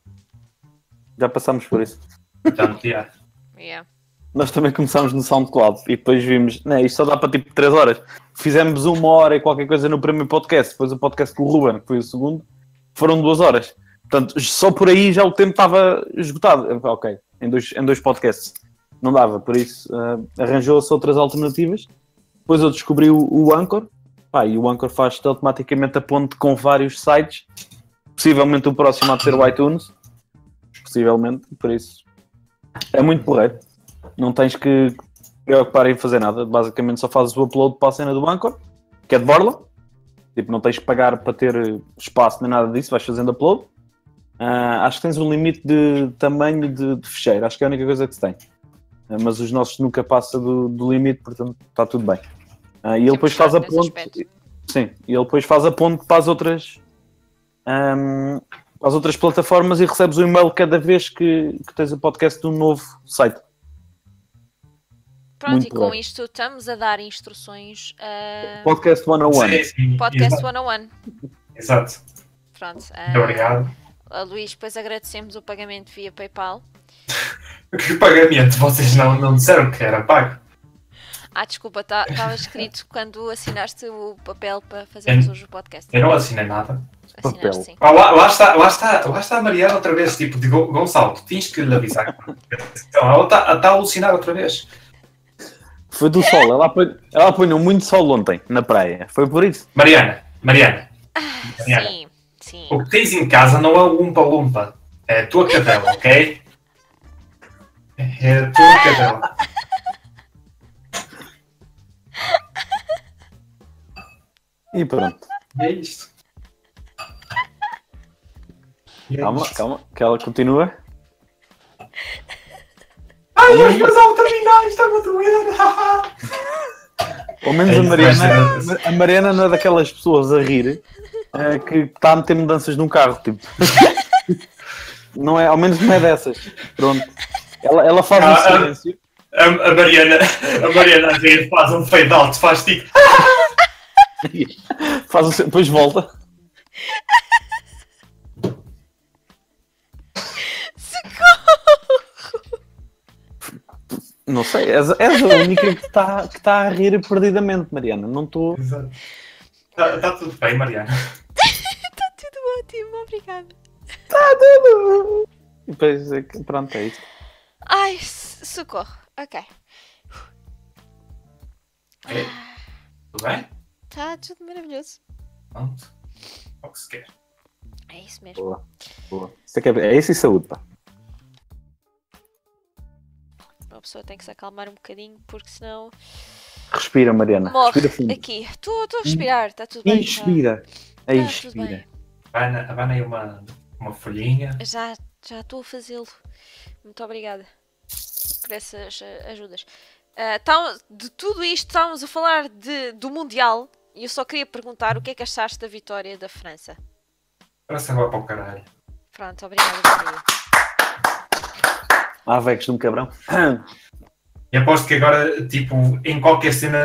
Já passámos por isso.
Portanto, yeah.
Yeah.
Nós também começámos no SoundCloud e depois vimos, né, isto só dá para tipo 3 horas. Fizemos uma hora e qualquer coisa no primeiro podcast, depois o podcast com o Ruben, que foi o segundo, foram duas horas. Portanto, só por aí já o tempo estava esgotado. Eh, Ok, em dois, em dois podcasts. Não dava, por isso ah, arranjou-se outras alternativas. Depois eu descobri o, o Anchor, Pá, e o Anchor faz automaticamente a ponte com vários sites, possivelmente o próximo a ter o iTunes, possivelmente, por isso é muito porreiro. Não tens que preocupar em fazer nada, basicamente só fazes o upload para a cena do Anchor, que é de borla, tipo, não tens que pagar para ter espaço nem nada disso, vais fazendo upload. Ah, acho que tens um limite de tamanho de, de fecheiro, acho que é a única coisa que se tem. Ah, mas os nossos nunca passa do, do limite, portanto está tudo bem. Ah, e ele depois faz a
nesse
ponte.
aspecto.
Sim, e ele depois faz a ponte para as outras ahm, para as outras plataformas e recebes um e-mail cada vez que, que tens o podcast de um novo site.
Pronto,
Muito
e com
bem.
isto estamos a dar instruções a
Podcast 101.
Sim, sim,
Podcast
exato.
101.
Exato.
Pronto.
Muito
ah,
obrigado. *laughs*
a Luís, depois agradecemos o pagamento via PayPal.
Que pagamento? Vocês não, não disseram que era pago.
Ah, desculpa, estava escrito
*laughs*
quando assinaste o papel para fazermos
Eu-
hoje o podcast.
Eu não assinei nada.
É. papel.
Assinaste sim.
Ah, lá, lá está, lá, está, lá está a Mariana outra vez, tipo, de Go- Gonçalo, tu tens que lhe avisar. Então, ela está está a alucinar outra vez.
Foi do sol, ela, apan- ela apanhou muito sol ontem na praia. Foi por isso.
Mariana, Mariana,
Ah,
Mariana,
Sim, sim.
o que tens em casa não é o umpa-lumpa, é a tua cadela, ok? É a tua cadela.
E pronto.
É isto. E é
Calma,
isto.
calma, que ela continua.
Ai, hoje casal terminar, isto é muito doer.
Ao menos
É
a
isso,
Mariana,
mas-
a Mariana não é daquelas pessoas a rir eh, que está a meter mudanças num carro, tipo. *laughs* Não é, ao menos não é dessas. Pronto. Ela, ela faz
Ah, ah.
um silêncio.
*laughs*
*laughs*
A, a Mariana, a Mariana a rir faz um fade out, faz tipo.
Faz um silêncio, depois volta. Não sei, és, és a única que está que tá a rir perdidamente, Mariana. Não estou. *laughs*
Está tá tudo bem, Mariana.
Está *laughs* tudo ótimo, obrigada.
Depois, é que- pronto, é isso.
Ai, s- socorro. Ok.
É, tudo bem?
Está Tá tudo maravilhoso.
Pronto. É o que se quer.
É isso mesmo.
Boa. Boa. Isso é, que é, é isso e saúde, pá.
Uma pessoa tem que se acalmar um bocadinho, porque senão
Respira, Mariana.
morre
Ah, Respira fundo.
aqui. Estou a respirar, está tudo bem. é? já.
Inspira.
tudo bem.
Expira.
Abana, abana aí uma, uma folhinha.
Já já estou a fazê-lo. Muito obrigada por essas eh, ajudas. Ah, tá- de tudo isto estávamos a falar de- do Mundial e eu só queria perguntar o que é que achaste da vitória da França.
Parece agora para o caralho.
Pronto, obrigada. Maria.
Há vex de um cabrão. *clears throat*
E aposto que agora, tipo, em qualquer cena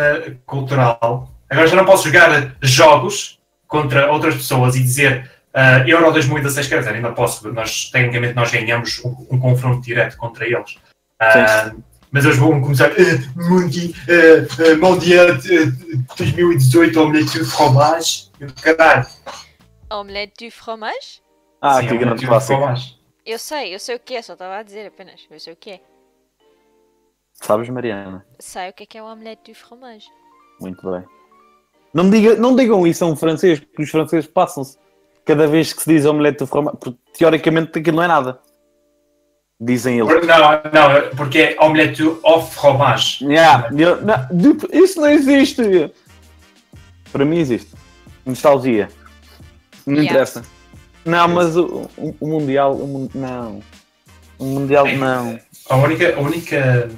cultural, agora já não posso jogar jogos contra outras pessoas e dizer ah, Euro 2016, quer dizer, ainda posso, nós, tecnicamente nós ganhamos um, um confronto direto contra eles. Ah, mas eles vão começar "Ah, Mundi, ah, ah, Mundial ah, 2018 ao Milheiro Fromage. E o Caralho.
Omelette du fromage?
Ah,
Sim, é um
que
ao
grande
Omelete du
clássico.
Fromage.
Eu sei, eu sei o que é, só estava a dizer apenas. Eu sei o que é.
Sabes, Mariana?
Sei o que é que é o omelete du fromage.
Muito bem. Não, me diga, não digam isso a um francês, porque os franceses passam-se. Cada vez que se diz omelete de fromage, porque teoricamente aquilo não é nada. Dizem eles.
Não, não, porque é Omelette du au Fromage.
Yeah, eu- não, de- isso não existe. Para mim existe. Nostalgia. Não
Yeah.
interessa. Não, mas o, o- o Mundial. o mun- não. O Mundial não.
A única, a única.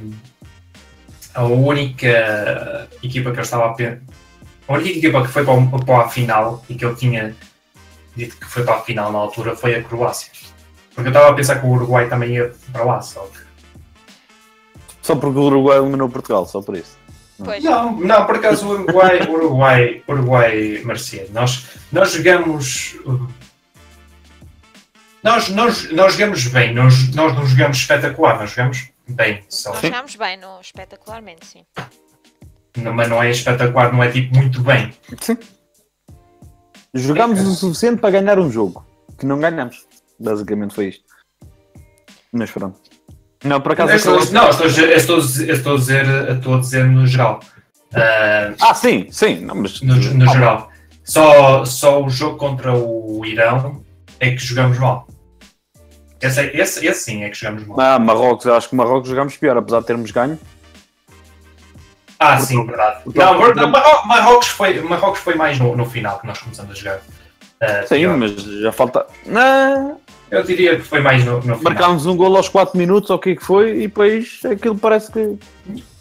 A única equipa que eu estava a pen- A única equipa que foi para, o- para a final e que eu tinha dito que foi para a final na altura foi a Croácia. Porque eu estava a pensar que o Uruguai também ia para lá, só que.
Só porque o Uruguai eliminou Portugal, só por isso.
Pois.
Não, não, por acaso o Uruguai, o Uruguai, o Uruguai merecia. Nós, nós jogamos. uh, Nós, nós, nós jogamos bem, nós, nós não jogamos espetacular, nós jogamos bem só.
Nós chegámos bem, no, espetacularmente, sim.
Não- mas não é espetacular, não é tipo muito bem.
Jogámos o suficiente para ganhar um jogo. Que não ganhamos. Basicamente foi isto. Mas pronto. Não, por acaso.
Eu estou,
aquela-
É não, eu estou, a dizer- eu estou, a dizer- eu estou a dizer, eu estou a dizer no geral. Ah,
Ah, sim, sim. Não, mas. Ah,
no, no geral. Só, só o jogo contra o Irão é que jogamos mal. Esse, é- esse, esse sim é que jogamos mal.
Ah, Marrocos, eu acho que Marrocos jogámos pior, apesar de termos ganho.
Ah, sim, verdade.
o-
Não,
o-
verdade, Marro- Marrocos foi, Marrocos foi mais no, no final que nós começamos a jogar. Ah,
Sim,
pior.
mas já falta. Não.
eu diria que foi mais no, no final.
Marcámos um gol aos 4 minutos, ou o que é que foi, e depois aquilo parece que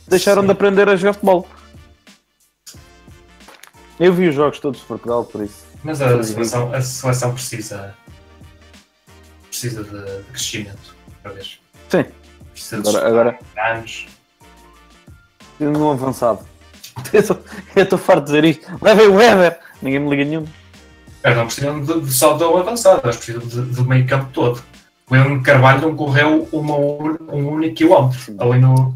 deixaram
Sim.
de aprender a jogar futebol. Eu vi os jogos todos de Portugal, por isso.
Mas a seleção, a seleção precisa, precisa de, de crescimento, talvez.
Sim.
Precisa de
Agora, agora
anos.
no avançado. *laughs* Eu tô- Eu estou farto de dizer isto. Levem o Weber! Ninguém me liga nenhum.
Eles não precisam de, de só do avançado, eles precisam de- do meio campo todo. O Leandro Carvalho não correu uma, un- um único quilómetro ali no.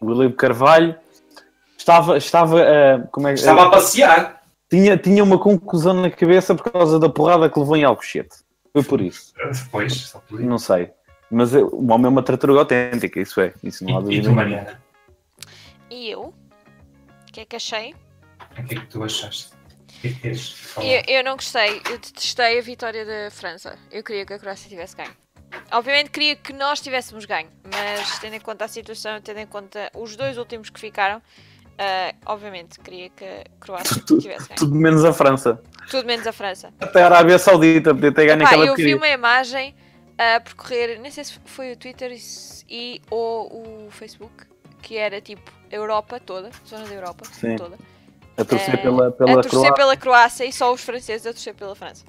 O William Carvalho estava. estava ah, como é que-
Estava a passear.
tinha, tinha uma conclusão na cabeça por causa da porrada que levou em Alcochete. Foi por isso.
Depois, só por isso.
Não sei. Mas eu- o homem é uma tartaruga autêntica, isso é. Isso não há
E, e
dúvida.
tu,
nenhuma.
Mariana,
E eu? O que é que achei?
o que é que tu achaste? O que é que queres
Tá
falar?
Eu, eu não gostei, eu detestei a vitória da França. Eu queria que a Croácia tivesse ganho. Obviamente queria que nós tivéssemos ganho, mas tendo em conta a situação, tendo em conta os dois últimos que ficaram, ah, obviamente queria que a Croácia
Tu-
tivesse ganho.
Tudo menos a França.
Tudo menos a França.
Até a Arábia Saudita podia ter ganho
Pá,
aquela
eu vi
porcaria.
uma imagem a percorrer, nem sei se foi o Twitter e se- e ou o Facebook, que era tipo Europa toda, zona da Europa
Sim.
toda,
A torcer
É,
pela,
a
pela
torcer
Croácia.
pela Croácia e só os franceses a torcer pela França.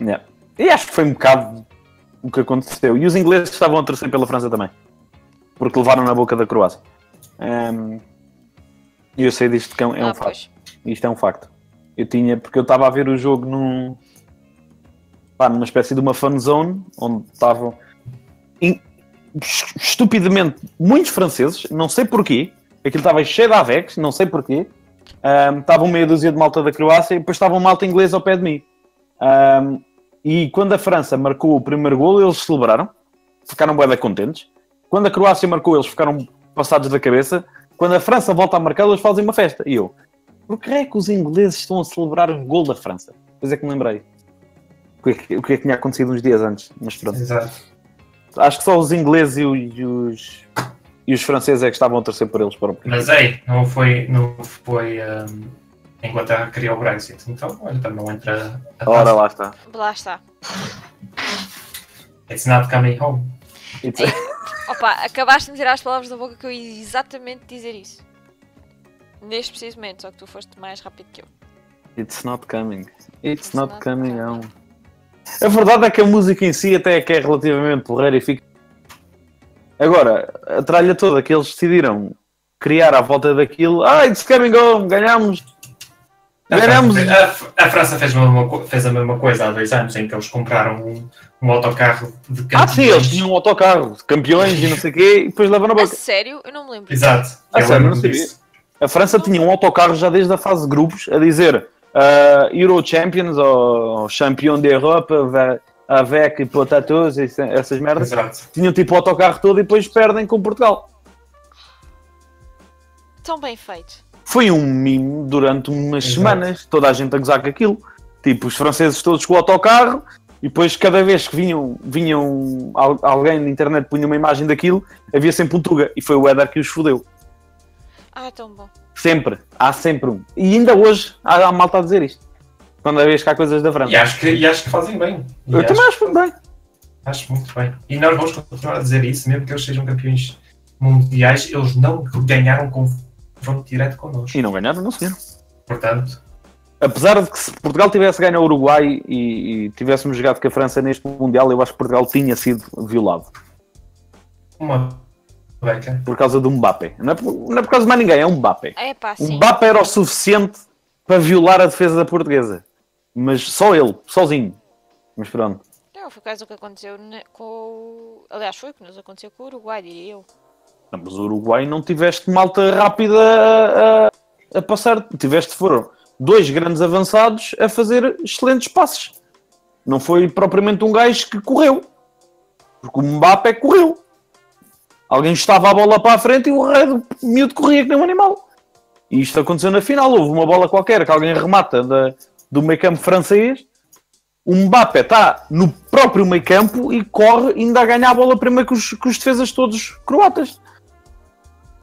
Yeah. E acho que foi um bocado o que aconteceu. E os ingleses estavam a torcer pela França também. Porque levaram na boca da Croácia. Ahm, E eu sei disto que é um, é um
ah,
facto.
pois.
Isto é um facto. Eu tinha, porque eu estava a ver o jogo num, pá, numa espécie de uma fan zone, onde estavam in- es- estupidamente muitos franceses, não sei porquê, aquilo estava cheio de AVEX, não sei porquê, Ahm, estavam meia dúzia de malta da Croácia e depois estava um malta inglês ao pé de mim. Ahm, e quando a França marcou o primeiro golo, eles celebraram, ficaram bué da contentes. Quando a Croácia marcou, eles ficaram passados da cabeça. Quando a França volta a marcar, eles fazem uma festa. E eu, por que é que os ingleses estão a celebrar um gol da França? Pois é que me lembrei. O que é que, o que é que tinha acontecido uns dias antes? Mas pronto.
Exato.
Acho que só os ingleses e, o- e os, e os franceses é que estavam a torcer por eles próprios.
Mas ei, não foi. Não foi hum, a Inglaterra que criou o Brexit. Então, olha, também não entra a
Ora,
taça.
lá está.
Lá está.
It's not coming home.
It's-
Opa, acabaste de me tirar as palavras da boca que eu ia exatamente dizer isso. Neste preciso momento, só que tu foste mais rápido que eu.
It's not coming. It's not coming home. A verdade é que a música em si até é que é relativamente porreira e fica. Agora, a tralha toda que eles decidiram criar à volta daquilo. Ah, it's coming home! Ganhámos!
A
Ganhámos!
França- A, a França fez a, mesma, co- fez a mesma coisa há dois anos, em que eles compraram um, um autocarro de
Ah, sim, eles
campeões.
tinham um autocarro de campeões e não sei o quê, e depois levam na
A
boca.
sério? Eu não me lembro.
Exato.
Ah,
Eu
sério,
lembro-me
não sabia.
disso.
A França tinha um autocarro já desde a fase de grupos a dizer ah, Euro Champions ou Champion da Europa, va- avec potatos, e se- essas merdas.
Exato.
Tinham tipo o autocarro todo e depois perdem com Portugal.
Tão bem feito.
Foi um mimo durante umas
Exato.
semanas, toda a gente a gozar com aquilo. Tipo, os franceses todos com o autocarro, e depois cada vez que vinham, vinham al- alguém na internet punha uma imagem daquilo, havia sempre um Tuga, e foi o Éder que os fodeu.
Ah, tão bom.
Sempre. Há sempre um. E ainda hoje há, há malta a dizer isto. Quando a vez que há coisas da França.
E acho que, e acho que fazem bem. E
Eu
acho,
também acho bem.
acho muito bem. E nós vamos continuar a dizer isso, mesmo que eles sejam campeões mundiais, eles não ganharam confronto direto connosco.
E não ganharam, não senhor.
Portanto,
Apesar de que se Portugal tivesse ganho ao Uruguai e, e tivéssemos jogado com a França neste Mundial, eu acho que Portugal tinha sido violado.
uma beca.
Por causa do Mbappé. Não é por, não é por causa de mais ninguém, é um Mbappé.
É pá,
O
sim.
Mbappé era o suficiente para violar a defesa da portuguesa. Mas só ele, sozinho. Mas pronto.
Não, foi quase o que aconteceu na- com o... Aliás, foi o que nos aconteceu com o Uruguai, diria eu.
Não, Mas o Uruguai não tiveste malta rápida a, a- a passar. Tiveste, foram dois grandes avançados a fazer excelentes passes. Não foi propriamente um gajo que correu. Porque o Mbappé correu. Alguém estava a bola para a frente e o rei do miúdo corria que nem um animal. E isto aconteceu na final. Houve uma bola qualquer que alguém remata da- do meio campo francês. O Mbappé está no próprio meio campo e corre ainda a ganhar a bola primeiro que os, que os defesas todos croatas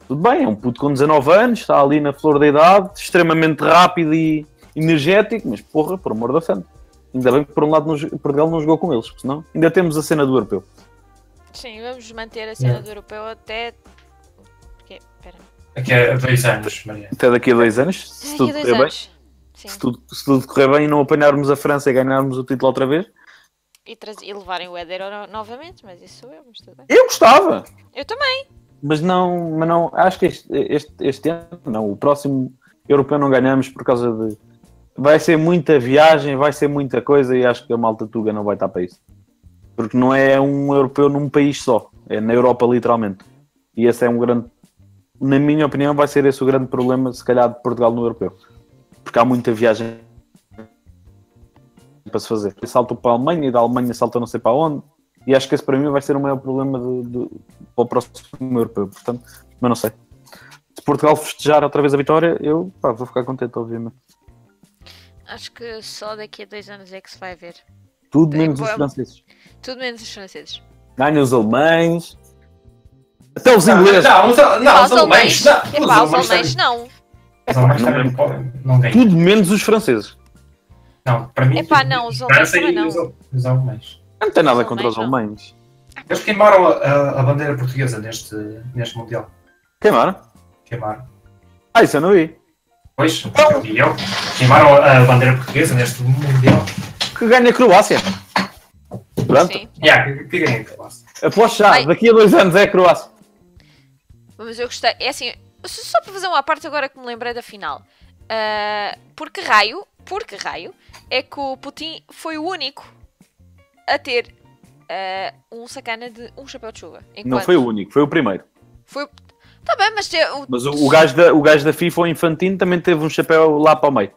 tudo bem, é um puto com 19 anos, está ali na flor da idade, extremamente rápido e energético, mas porra, por amor da santa. Ainda bem que por um lado não jo- Portugal não jogou com eles, porque senão ainda temos a cena do europeu.
Sim, vamos manter a cena
É.
Não.
do europeu até... Quê? Pera.
Aqui há dois anos, Maria.
Até daqui a dois anos, se
Daqui a
tudo
dois
correr bem,
anos. Sim.
se tudo, se tudo correr bem e não apanharmos a França e ganharmos o título outra vez,
E, traz- e levarem o Éder no- novamente, mas isso sou eu, mas tudo bem.
eu gostava,
Eu também.
mas não, mas não acho que este, este, este ano, não, o próximo europeu não ganhamos por causa de. Vai ser muita viagem, vai ser muita coisa e acho que a malta tuga não vai estar para isso. Porque não é um europeu num país só, é na Europa literalmente. E esse é um grande. Na minha opinião, vai ser esse o grande problema, se calhar, de Portugal no europeu. Porque há muita viagem para se fazer. Saltam para a Alemanha e da Alemanha saltam não sei para onde. E acho que esse para mim vai ser o maior problema do, do, para o próximo europeu. Portanto, mas não sei. Se Portugal festejar outra vez a vitória, eu pá, vou ficar contente, obviamente.
Acho que só daqui a dois anos é que se vai ver.
Tudo
Bem,
menos os
bom.
franceses.
Tudo menos os franceses.
Ganham os alemães. Até os ingleses.
Não, não, não,
Epá,
não os alemães. Não,
Epá,
os alemães também-
alemães não.
os alemães
Não.
também podem. Não ganham.
Tudo menos os franceses.
Não, para mim.
Epá, não, os alemães
França e
também não.
os al- Os alemães.
não tem nada
Os
contra os alemães.
Eles queimaram a, a- a bandeira portuguesa neste, neste Mundial.
Queimaram?
Queimaram.
Ah, isso eu não vi.
Pois, e eu. Queimaram a, a bandeira portuguesa neste Mundial.
Que ganha a Croácia. Pronto.
Sim.
Yeah, que, que ganha a classe.
Aposto já,
Ai.
daqui a dois anos é a Croácia.
Mas eu gostei. É assim, só só para fazer uma parte agora que me lembrei da final. Ah, porque raio, porque raio, é que o Putin foi o único a ter ah, um sacana de um chapéu de chuva.
Não
Enquanto-
foi o único, foi o primeiro.
Foi... Tá bem, mas... te- O...
Mas o, o, gajo da, o gajo da FIFA, o Infantino, também teve um chapéu lá para o meio.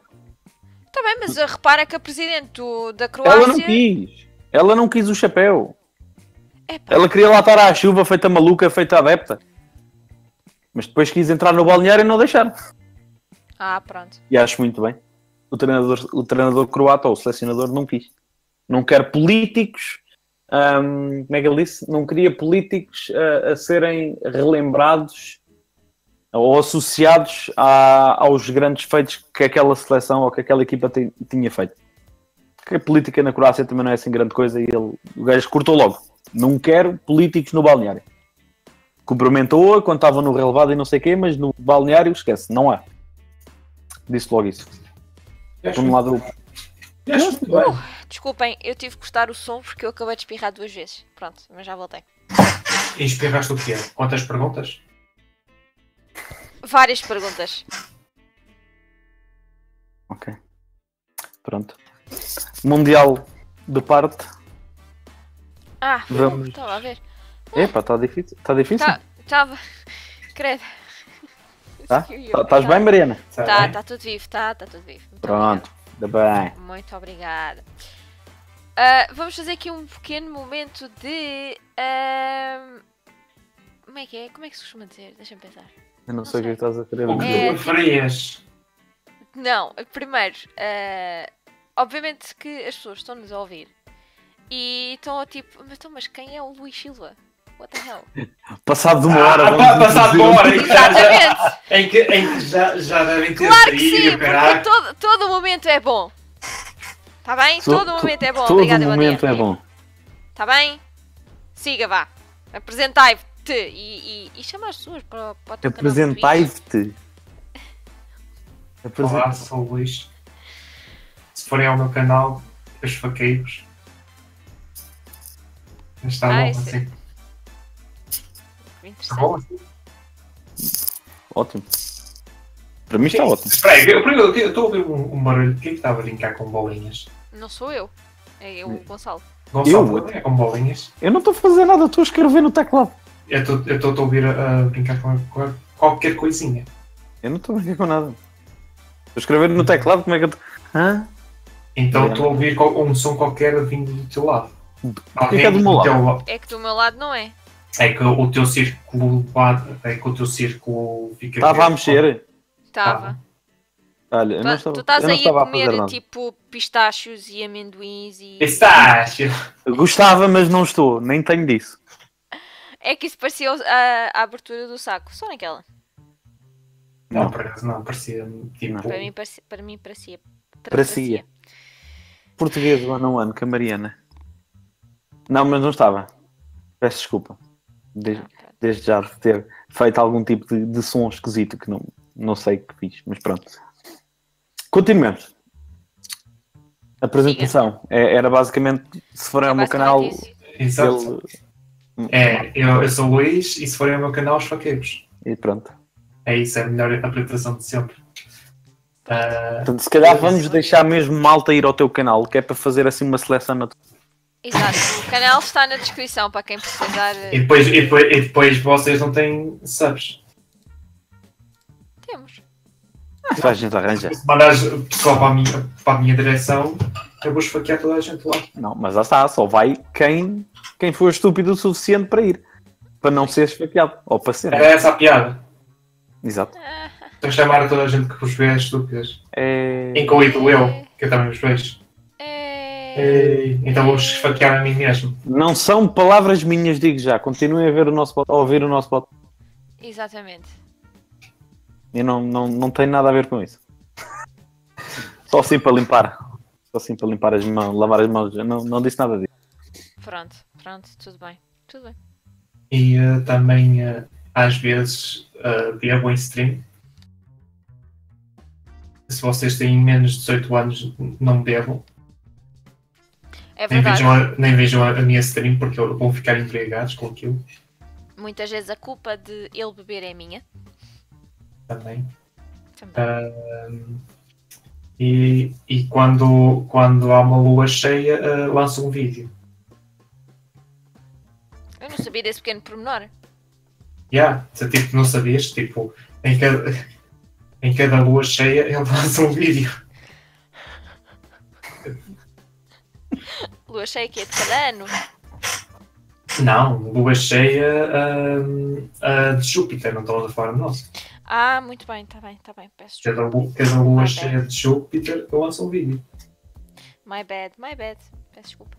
Tá bem, mas ah, repara que a presidente do- da Croácia...
Ela não quis. Ela não quis o chapéu.
Epá,
Ela queria lá estar à chuva, feita maluca, feita adepta. Mas depois quis entrar no balneário e não deixaram.
Ah, pronto.
E acho muito bem. O treinador, o treinador croata ou o selecionador não quis. Não quer políticos. hum, como é que ele disse? Não queria políticos ah, a serem relembrados ou associados a- aos grandes feitos que aquela seleção ou que aquela equipa ti- tinha feito. Porque a política na Croácia também não é assim grande coisa e ele, o gajo cortou logo. Não quero políticos no balneário. Cumprimentou-a quando estava no relevado e não sei o quê, mas no balneário esquece, não há. Disse logo isso. Por um lado,
Eu acho muito
Uh.
bem.
Desculpem, eu tive que cortar o som porque eu acabei de espirrar duas vezes. Pronto, mas já voltei.
E espirraste o quê? Quantas perguntas?
Várias perguntas.
Ok. Pronto. Mundial de parte.
Ah, foi
Vamos.
bom, estava a ver.
Epá, está difícil. Está difícil?
Tá- Estava... *laughs* Credo.
Tá?
Estás
Tá- Estás bem, Mariana?
Sabe?
Tá, tá tudo vivo, tá, tá tudo vivo. Muito
Pronto. Está bem.
obrigada. Muito obrigada. Ah, vamos fazer aqui um pequeno momento de. ahm, Como é que é? Como é que se costuma dizer? Deixa-me pensar.
Eu não sei o que
sei.
estás a querer
O que
dizer.
É.
tu preferias?
Não, primeiro, ah, obviamente que as pessoas estão-nos a ouvir e estão a tipo, mas, então, mas quem é o Luís Silva? What the
*laughs*
hell?
Passado de uma hora.
Ah,
vamos
pá, passado
introduzir
uma hora.
um-
em que
Exatamente!
já- já- Em que, em que já, já devem ter
Claro que
saído,
sim, porque
caralho.
todo, todo momento é bom. Tá bem?
So-
todo momento é bom.
Todo
Obrigada, bom dia.
momento é bom.
Tá bem? Siga, vá. Apresentai-te e, e, e chama as pessoas para, o- para o teu canal de
Apresentai-te.
Olá,
Apresentai-te.
sou o Luís. Se forem ao meu canal, eu esfaquei-vos. Mas está
Ah,
bom
isso é-
assim.
Twitch.
Está
Interessante.
Uhum.
bom assim.
Ótimo. Para mim está ótimo.
Espera aí, eu- eu eu estou a ouvir um, um barulho. Quem é que estava a brincar com bolinhas?
Não sou eu. É o Gonçalo.
Gonçalo,
Eu?
não é com bolinhas?
Eu não estou a fazer nada, estou a escrever no teclado.
Eu estou- eu estou a ouvir a, a brincar com, com qualquer coisinha.
Eu não estou a brincar com nada. Estou a escrever no teclado, como é que eu. tô- Hã?
Então
É.
estou a ouvir qual- um som qualquer vindo do teu lado.
que é que é do meu lado?
teu lado.
É que do meu lado não é.
É que o teu círculo quadra- é que o teu círculo fica.
Estava a
verde.
mexer.
Estava.
Olha, Ah,
Tu-
eu não
tá-
estava,
tu estás
eu não
aí a
estava a fazer
comer
nada.
tipo pistachos e amendoins e.
Pistache!
Eu Gostava, mas não estou, nem tenho disso.
É que isso parecia a, a abertura do saco, só naquela.
Não,
Não.
por acaso não, parecia tipo.
Para mim parecia. Para mim parecia.
Parecia. é. Português do ano a ano, com a Mariana. Não, mas não estava. Peço desculpa. Desde,
Ah, pronto.
desde já de ter feito algum tipo de, de som esquisito que não, não sei o que fiz, mas pronto. Continuemos. A apresentação é- era basicamente, se forem ao meu canal,
Basicamente isso.
Exato.
ele.
É, eu, eu sou o Luís e se forem ao meu canal, esfaquei-vos.
E pronto.
É isso, é a melhor apresentação de sempre. Ah,
Portanto, se calhar vamos deixar mesmo malta ir ao teu canal, que é para fazer assim uma seleção na
Exato. O canal está na descrição para quem precisar. eh,
e, depois, e, depois, e depois vocês não têm subs.
Temos.
tua Ah, então a gente arranja.
Se mandares pessoal para a minha, para a minha direção, eu vou esfaquear toda a gente lá.
Não, mas lá está, só vai quem, quem for estúpido o suficiente para ir. Para não ser esfaqueado. Ou para ser.
Era essa a piada.
Exato.
Estou a chamar a toda a gente que vos vê estúpidas.
É...
Incluído eu, que eu também vos vejo.
É...
Ei, Então vou-vos esfaquear a mim mesmo.
Não são palavras minhas, digo já. Continuem a ver o nosso pod- a ouvir o nosso pod.
Exatamente.
Eu não, não, não tenho nada a ver com isso. *laughs* Só assim para limpar. Só assim para limpar as mãos, lavar as mãos. Eu não, não disse nada disso.
Pronto, pronto, tudo bem. Tudo bem.
E eh, também, eh, às vezes, eh, bebo em stream. Se vocês têm menos de 18 anos, não bebam.
É
Nem
verdade.
vejam, a, nem vejam a, a minha stream, porque eu- vão ficar embriagados com aquilo
Muitas vezes a culpa de ele beber é minha.
também.
Também.
Ahm, e e quando, quando há uma lua cheia, eh, lanço um vídeo.
Eu não sabia desse pequeno pormenor.
Yeah, se, tipo, não sabias, tipo, em cada, *laughs* em cada lua cheia *laughs* ele lança um vídeo.
Lua cheia que é de cada ano.
Não, lua cheia ahm, ah, de Júpiter, não estamos a falar do nosso.
Ah, muito bem, tá bem, tá bem. Peço desculpa.
Cada, lu- cada lua
Ok.
cheia de Júpiter eu lanço um vídeo.
My bad, my bad. Peço desculpa.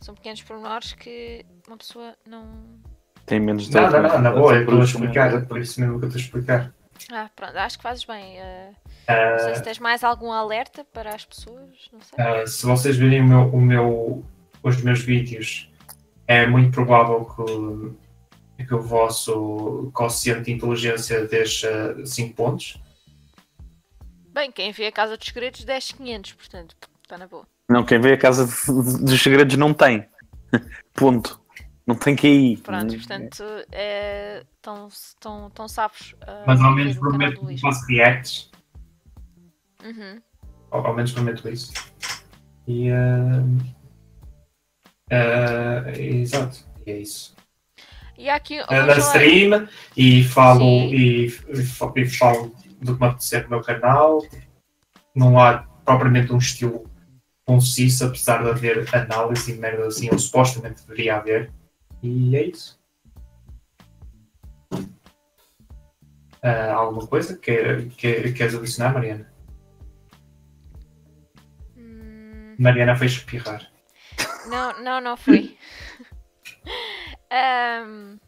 São pequenos pormenores que uma pessoa não.
Tem menos de
Nada,
oito
nada,
anos.
na boa, eu estou a
Produtos
explicar, é
mesmo.
por isso mesmo que eu estou a explicar.
Ah, pronto, acho que fazes bem. eh, não sei se
Ah,
tens mais algum alerta para as pessoas, não sei.
ah, se vocês virem o meu, o meu- os meus vídeos, é muito provável que, que o vosso quociente de inteligência deixa 5 pontos.
Bem, quem vê a Casa dos Segredos 10 500, portanto, está na boa.
Não, quem vê a casa de- dos segredos não tem. *laughs* Ponto. Não tem que ir.
Pronto, portanto, eh, estão tão, tão sabes. eh,
Mas ao
ver
menos
o canal
prometo
do
que
Luís.
faço reacts.
Uhum.
ao, ao menos prometo isso. E, ah, ah, exato, e é isso.
E há aqui.
Ah,
o
da
João-
stream e falo,
Sim.
e, e fa- e falo do que me acontecer no meu canal. Não há propriamente um estilo conciso, apesar de haver análise e merda assim, ou supostamente deveria haver. E é isso. Ah, alguma coisa que, que, queres adicionar, Mariana?
Hum,
Mariana fez espirrar.
não, não, não foi. *laughs* Ahm.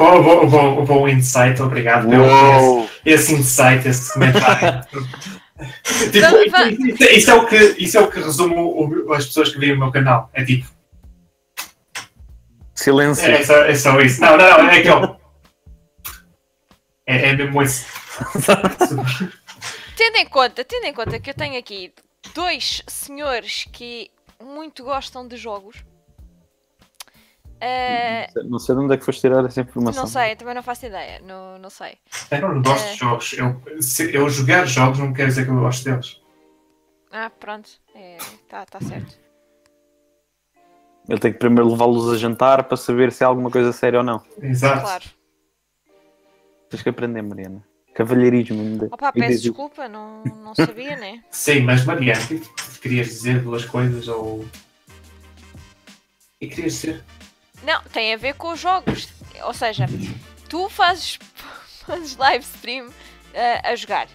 Bom, bom, bom, bom insight, obrigado pelo
Uou!
esse, esse insight, esse comentário. tipo,
Então, va-
isso, isso é o que, isso é o que resume o- o- as pessoas que veem o meu canal. É tipo,
Silêncio.
é, só, é só isso. Não, não, não, é aquele. É, é mesmo isso.
Tendo em conta, tendo em conta que eu tenho aqui dois senhores que muito gostam de jogos. eh,
Não sei de onde é que foste tirar essa informação.
não sei, também não faço ideia, não, não sei.
Eu não gosto de jogos. Eu, se eu jogar jogos não quer dizer que eu gosto deles.
Ah, pronto, está tá certo.
Eu tenho que primeiro levá-los a jantar para saber se é alguma coisa séria ou não.
Exato.
Claro.
Tens que aprender, Mariana. Cavalheirismo. ainda.
Opa,
E
peço
diz-
desculpa, não, não sabia, né?
Sim, mas Mariana, o que querias dizer duas coisas ou. O que querias dizer?
Não, tem a ver com os jogos. Ou seja, tu fazes, *laughs* fazes live stream eh, a jogar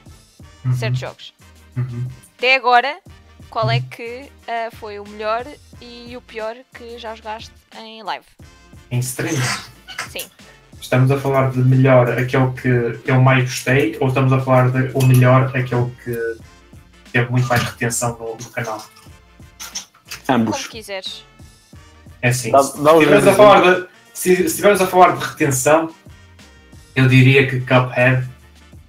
Uhum,
certos jogos.
uhum.
Até agora, qual é que eh, foi o melhor e o pior que já jogaste em live?
Em stream.
Sim.
Estamos a falar de melhor aquele que eu mais gostei ou estamos a falar de o melhor aquele que teve muito mais retenção no, no canal?
Como
Ambos.
quiseres.
É assim.
Dá-
se
dá um os
estivermos a
dois
falar de, se, se estivermos a falar de retenção, eu diria que Cuphead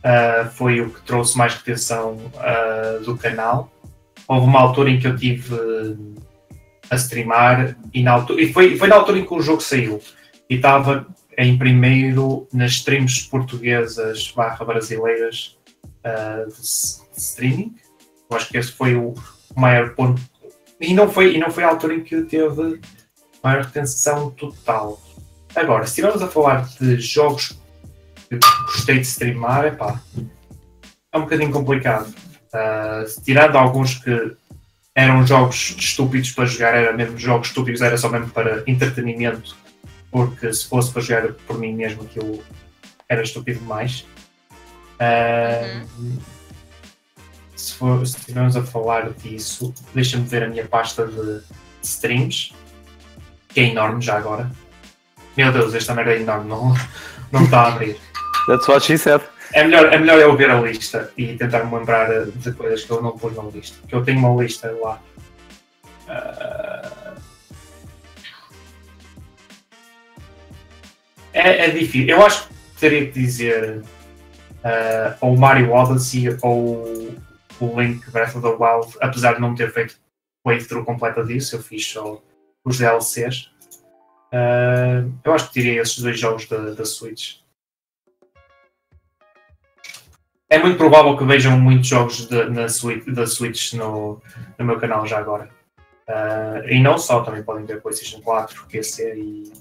ah, foi o que trouxe mais retenção ah, do canal. Houve uma altura em que eu tive ah, a streamar e, na altura, e foi, foi na altura em que o jogo saiu e estava em primeiro nas streams portuguesas barra brasileiras ah, de, s- de streaming. Eu acho que esse foi o maior ponto. E não foi, e não foi a altura em que teve maior retenção total. Agora, se estivermos a falar de jogos que gostei de streamar, epá, é um bocadinho complicado. Ah, tirando alguns que eram jogos estúpidos para jogar, era mesmo jogos estúpidos, era só mesmo para entretenimento, porque se fosse para jogar por mim mesmo aquilo era estúpido demais. Ah, se, for, se estivermos a falar disso, deixa-me ver a minha pasta de streams que é enorme já agora. Meu Deus, esta merda é enorme, não, não está a abrir.
That's what she said.
É melhor, é melhor eu ver a lista e tentar me lembrar eh, de coisas que eu não pus na lista. Que eu tenho uma lista lá. Ah. É, é difícil. Eu acho que teria que dizer ah, ou Mario Odyssey ou o Link Breath of the Wild, apesar de não ter feito playthrough completa disso, eu fiz só os DLCs. Ah, eu acho que tirei esses dois jogos da, da Switch. É muito provável que vejam muitos jogos de- na Switch, da Switch no, no meu canal já agora. Ah, e não só, também podem ver PlayStation 4, PC e,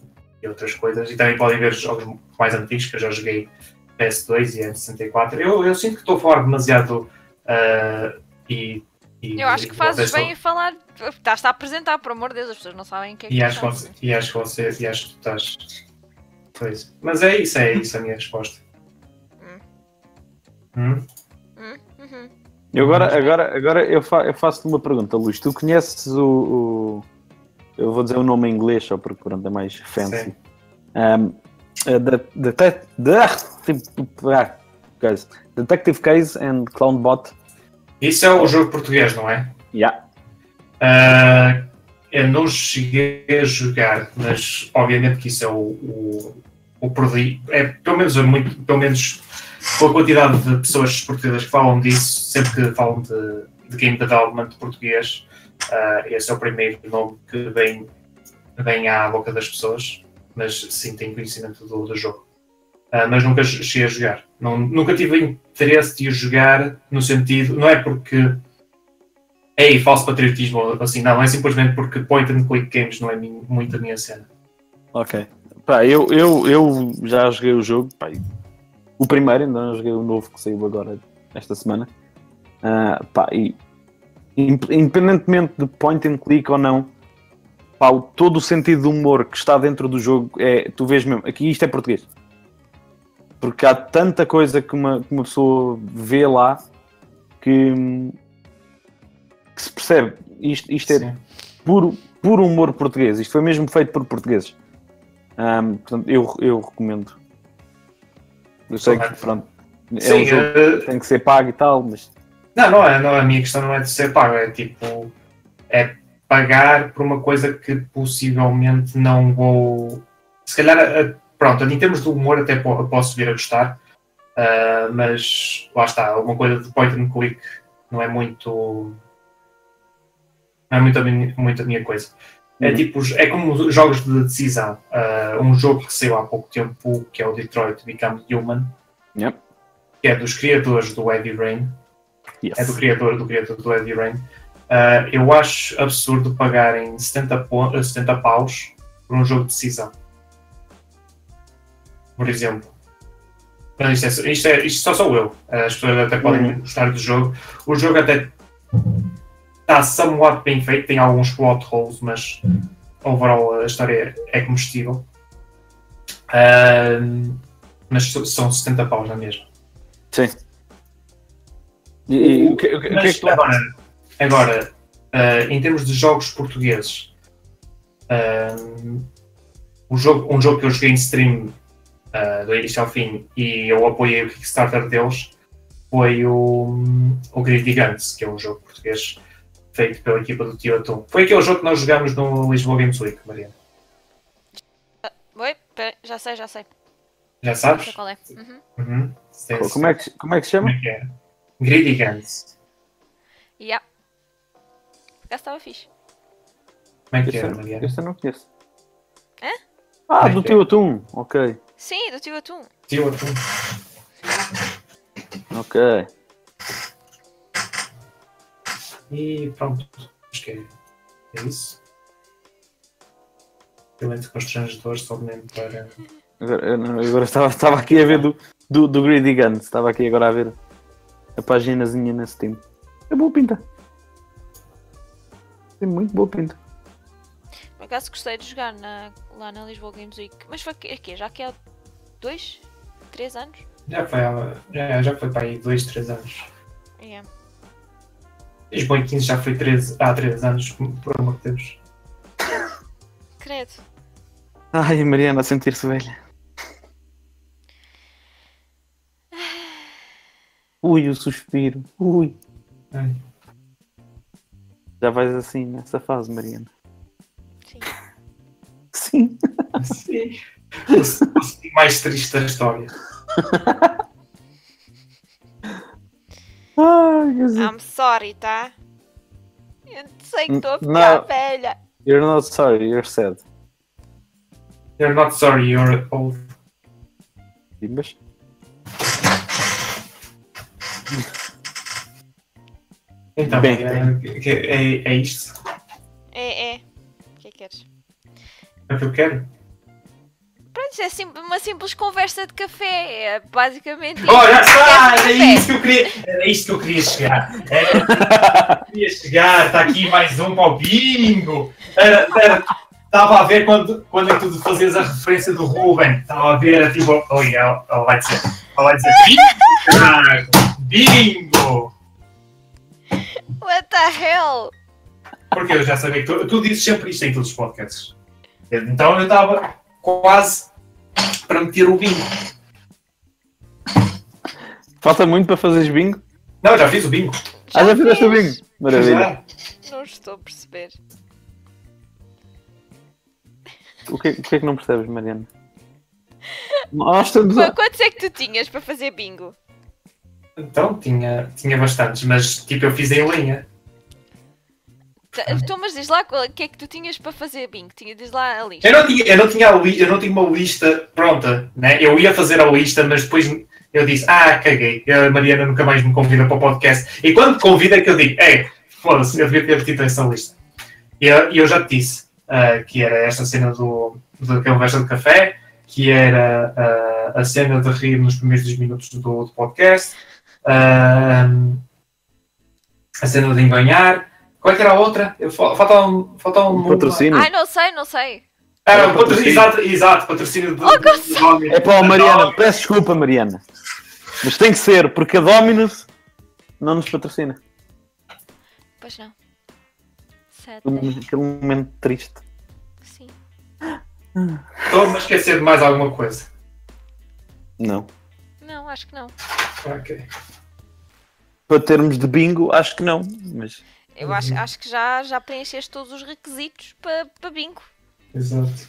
e outras coisas. E também podem ver jogos mais antigos que eu já joguei PS2 e N64. Eu, eu sinto que estou a falar demasiado. ah, e, e-
Eu acho que
e
fazes
vocês
bem em falar. Estás-te a apresentar, por amor de Deus, as pessoas não sabem o que é que
e
tu
acho, que
fazes.
você, e acho que você, e acho que tu estás. Pois. Mas é isso, é isso a minha resposta.
Hum.
Hum?
Hum, uhum.
E agora, agora, agora eu, fa- eu faço-te uma pergunta, Luís. Tu conheces o, o- Eu vou dizer o nome em inglês só porque pronto, é mais fancy.
Sim.
Um, eh, the, the, te- the- ah, guys, Detective Case and Clownbot.
Isso é o jogo português, não é?
Yeah.
Ah, eu não cheguei a jogar, mas obviamente que isso é o, o, o perdi. É, pelo menos, é muito, pelo menos com a quantidade de pessoas portuguesas que falam disso, sempre que falam de, de game development português, ah, esse é o primeiro nome que vem, vem à boca das pessoas, mas sim tenho conhecimento do, do jogo. Ah, mas nunca cheguei a jogar. Não- nunca tive interesse de o jogar no sentido, não é porque Ei, É falso patriotismo, assim, não, é simplesmente porque point and click games não é mi- muito a minha cena.
Ok. Pá, eu, eu, eu já joguei o jogo. pá, e- o primeiro, ainda não joguei o novo que saiu agora esta semana. Ah, pá, e in- independentemente de point and click ou não, pá, o- todo o sentido do humor que está dentro do jogo é. Tu vês mesmo, aqui isto é português. Porque há tanta coisa que uma, que uma pessoa vê lá que, hum, que se percebe. Isto, isto é
Sim.
puro, puro humor português. Isto foi mesmo feito por portugueses. Ahm, portanto, eu, eu recomendo. Eu sei que,
Correto.
pronto, é um
Sim,
jogo
eh,
que tem que ser pago e tal, mas
não, não é, não, a minha questão não é de ser pago, é tipo, é pagar por uma coisa que possivelmente não vou. Se calhar, eh, pronto, em termos de humor até po- posso vir a gostar, ah, mas lá está, uma coisa de point and click não é muito. Não é muito a minha, muito a minha coisa. É,
Uhum.
tipo, é como os jogos de decisão. Ah, um jogo que saiu há pouco tempo, que é o Detroit Become Human,
Yep.
que é dos criadores do Heavy Rain.
yes.
É do criador do criador do Heavy Rain. Ah, eu acho absurdo pagarem 70, pon- eh, 70 paus por um jogo de decisão. Por exemplo. Mas isto, é, isto, é- isto só sou eu. As pessoas até podem gostar do jogo. O jogo até está somewhat bem feito, tem alguns plot holes, mas overall a história é comestível. Ah, mas so- são 70 paus é na mesma.
E- e o que, o que- o que é
Mas
que tu
agora, agora, ah, em termos de jogos portugueses, ah, um, jogo, um jogo que eu joguei em stream ah, do início ao fim e eu apoiei o Kickstarter deles foi o, o Grid Gigantes, que é um jogo português feito pela equipa do Tio Atum. Foi aquele jogo que nós jogámos no Lisboa Games Week, Maria.
Oi, pera, já sei, já sei.
Já
Já sei
sabes?
qual é. Uhum.
Uhum. Sim, sim.
como, é que, como é que se chama?
Como é que é? Grid Gigantes.
Yeah. Por acaso estava fixe.
Como é que
Este
é,
eu,
Maria?
este eu não conheço.
Hã?
Ah,
Como é
do
que
teu atum. Ok,
Sim, do tio Atum.
Tio Atum.
ok.
E pronto, acho que é, é isso. Realmente constrangedor, só mesmo para.
Agora, eu não- agora estava, estava aqui a ver do, do, do Greedy Guns. Estava aqui agora a ver a paginazinha nesse tempo. É boa pinta. Tem muito boa pinta.
Por acaso gostei de jogar na- lá na Lisboa Games Week. Mas foi aqui, aqui já que há dois, três anos?
Já foi, há- já, já foi para aí 2, 3 anos.
Yeah.
Lisboa em 15 já foi 13, há 3 anos, por amor de Deus.
Credo.
Ai, a Mariana a sentir-se velha. Ui, o suspiro. Ui.
Ai.
Já vais assim nessa fase, Mariana.
Sim.
Sim.
Sim. O o mais triste da história.
Ai,
*coughs*
Jesus.
I'm sorry, tá? Eu sei que estou a
N-
ficar
não.
velha.
You're not sorry, you're sad.
You're not sorry, you're old.
Dimbas?
Então,
Bem.
é, que- é, é isto.
É, é. O que é que queres?
É o que eu quero.
Pronto, é sim- uma simples conversa de café. É basicamente isso.
Olha, está! Era
Café.
é isto que eu queria, era isto que eu queria chegar. Era isto que eu queria chegar. Está aqui mais um para o bingo. Era, era- estava a ver quando, quando é que tu fazias a referência do Ruben. Estava a ver, era tipo, oi, ela, ela vai dizer, ela vai dizer, bingo, caralho, bingo.
What the hell?
Porque eu já sabia que tu, tu dizes sempre isto em todos os podcasts. Então eu estava quase para meter o bingo.
Falta muito para fazeres bingo?
Não, já fiz o bingo.
ah, já fizeste o
fiz.
bingo? Maravilha.
Já.
Não estou a perceber.
O que, o que é que não percebes, Mariana? Nós estamos
Qu-
a...
Quantos é que tu tinhas para fazer bingo?
Então tinha, tinha bastantes, mas tipo eu fiz em linha.
Tá- Então, mas diz lá qual- o que é que tu tinhas para fazer bingo. Tinha, diz lá a
É
lista.
Eu não tinha, eu não tinha, a li- eu não tinha uma lista pronta, né? Eu ia fazer a lista, mas depois eu disse, ah, caguei, a Mariana nunca mais me convida para o podcast. E quando me convida é que eu digo, ei, foda-se, eu devia ter tido essa lista. E eu, e eu já te disse ah, que era esta cena do, do conversa de café, que era ah, a cena de rir nos primeiros 10 minutos do, do podcast, ah, a cena de enganhar. Qual é que era a outra? Eu- fal- Faltava um. Faltava um-
Um patrocínio.
Ai, não sei, não sei.
ah,
É,
o
patrocínio.
patrocínio, exato, exato, patrocínio do,
Oh,
do Dominus.
É para o Mariana. Peço desculpa, Mariana. Mas tem que ser, porque a Dominus não nos patrocina.
Pois não. Sete.
Aquele momento triste.
Sim.
Estou-me a esquecer de mais alguma coisa.
Não.
Não, acho que não.
Ok.
Para termos de bingo, acho que não. Mas
Eu acho, acho que já, já preencheste todos os requisitos para para bingo.
Exato.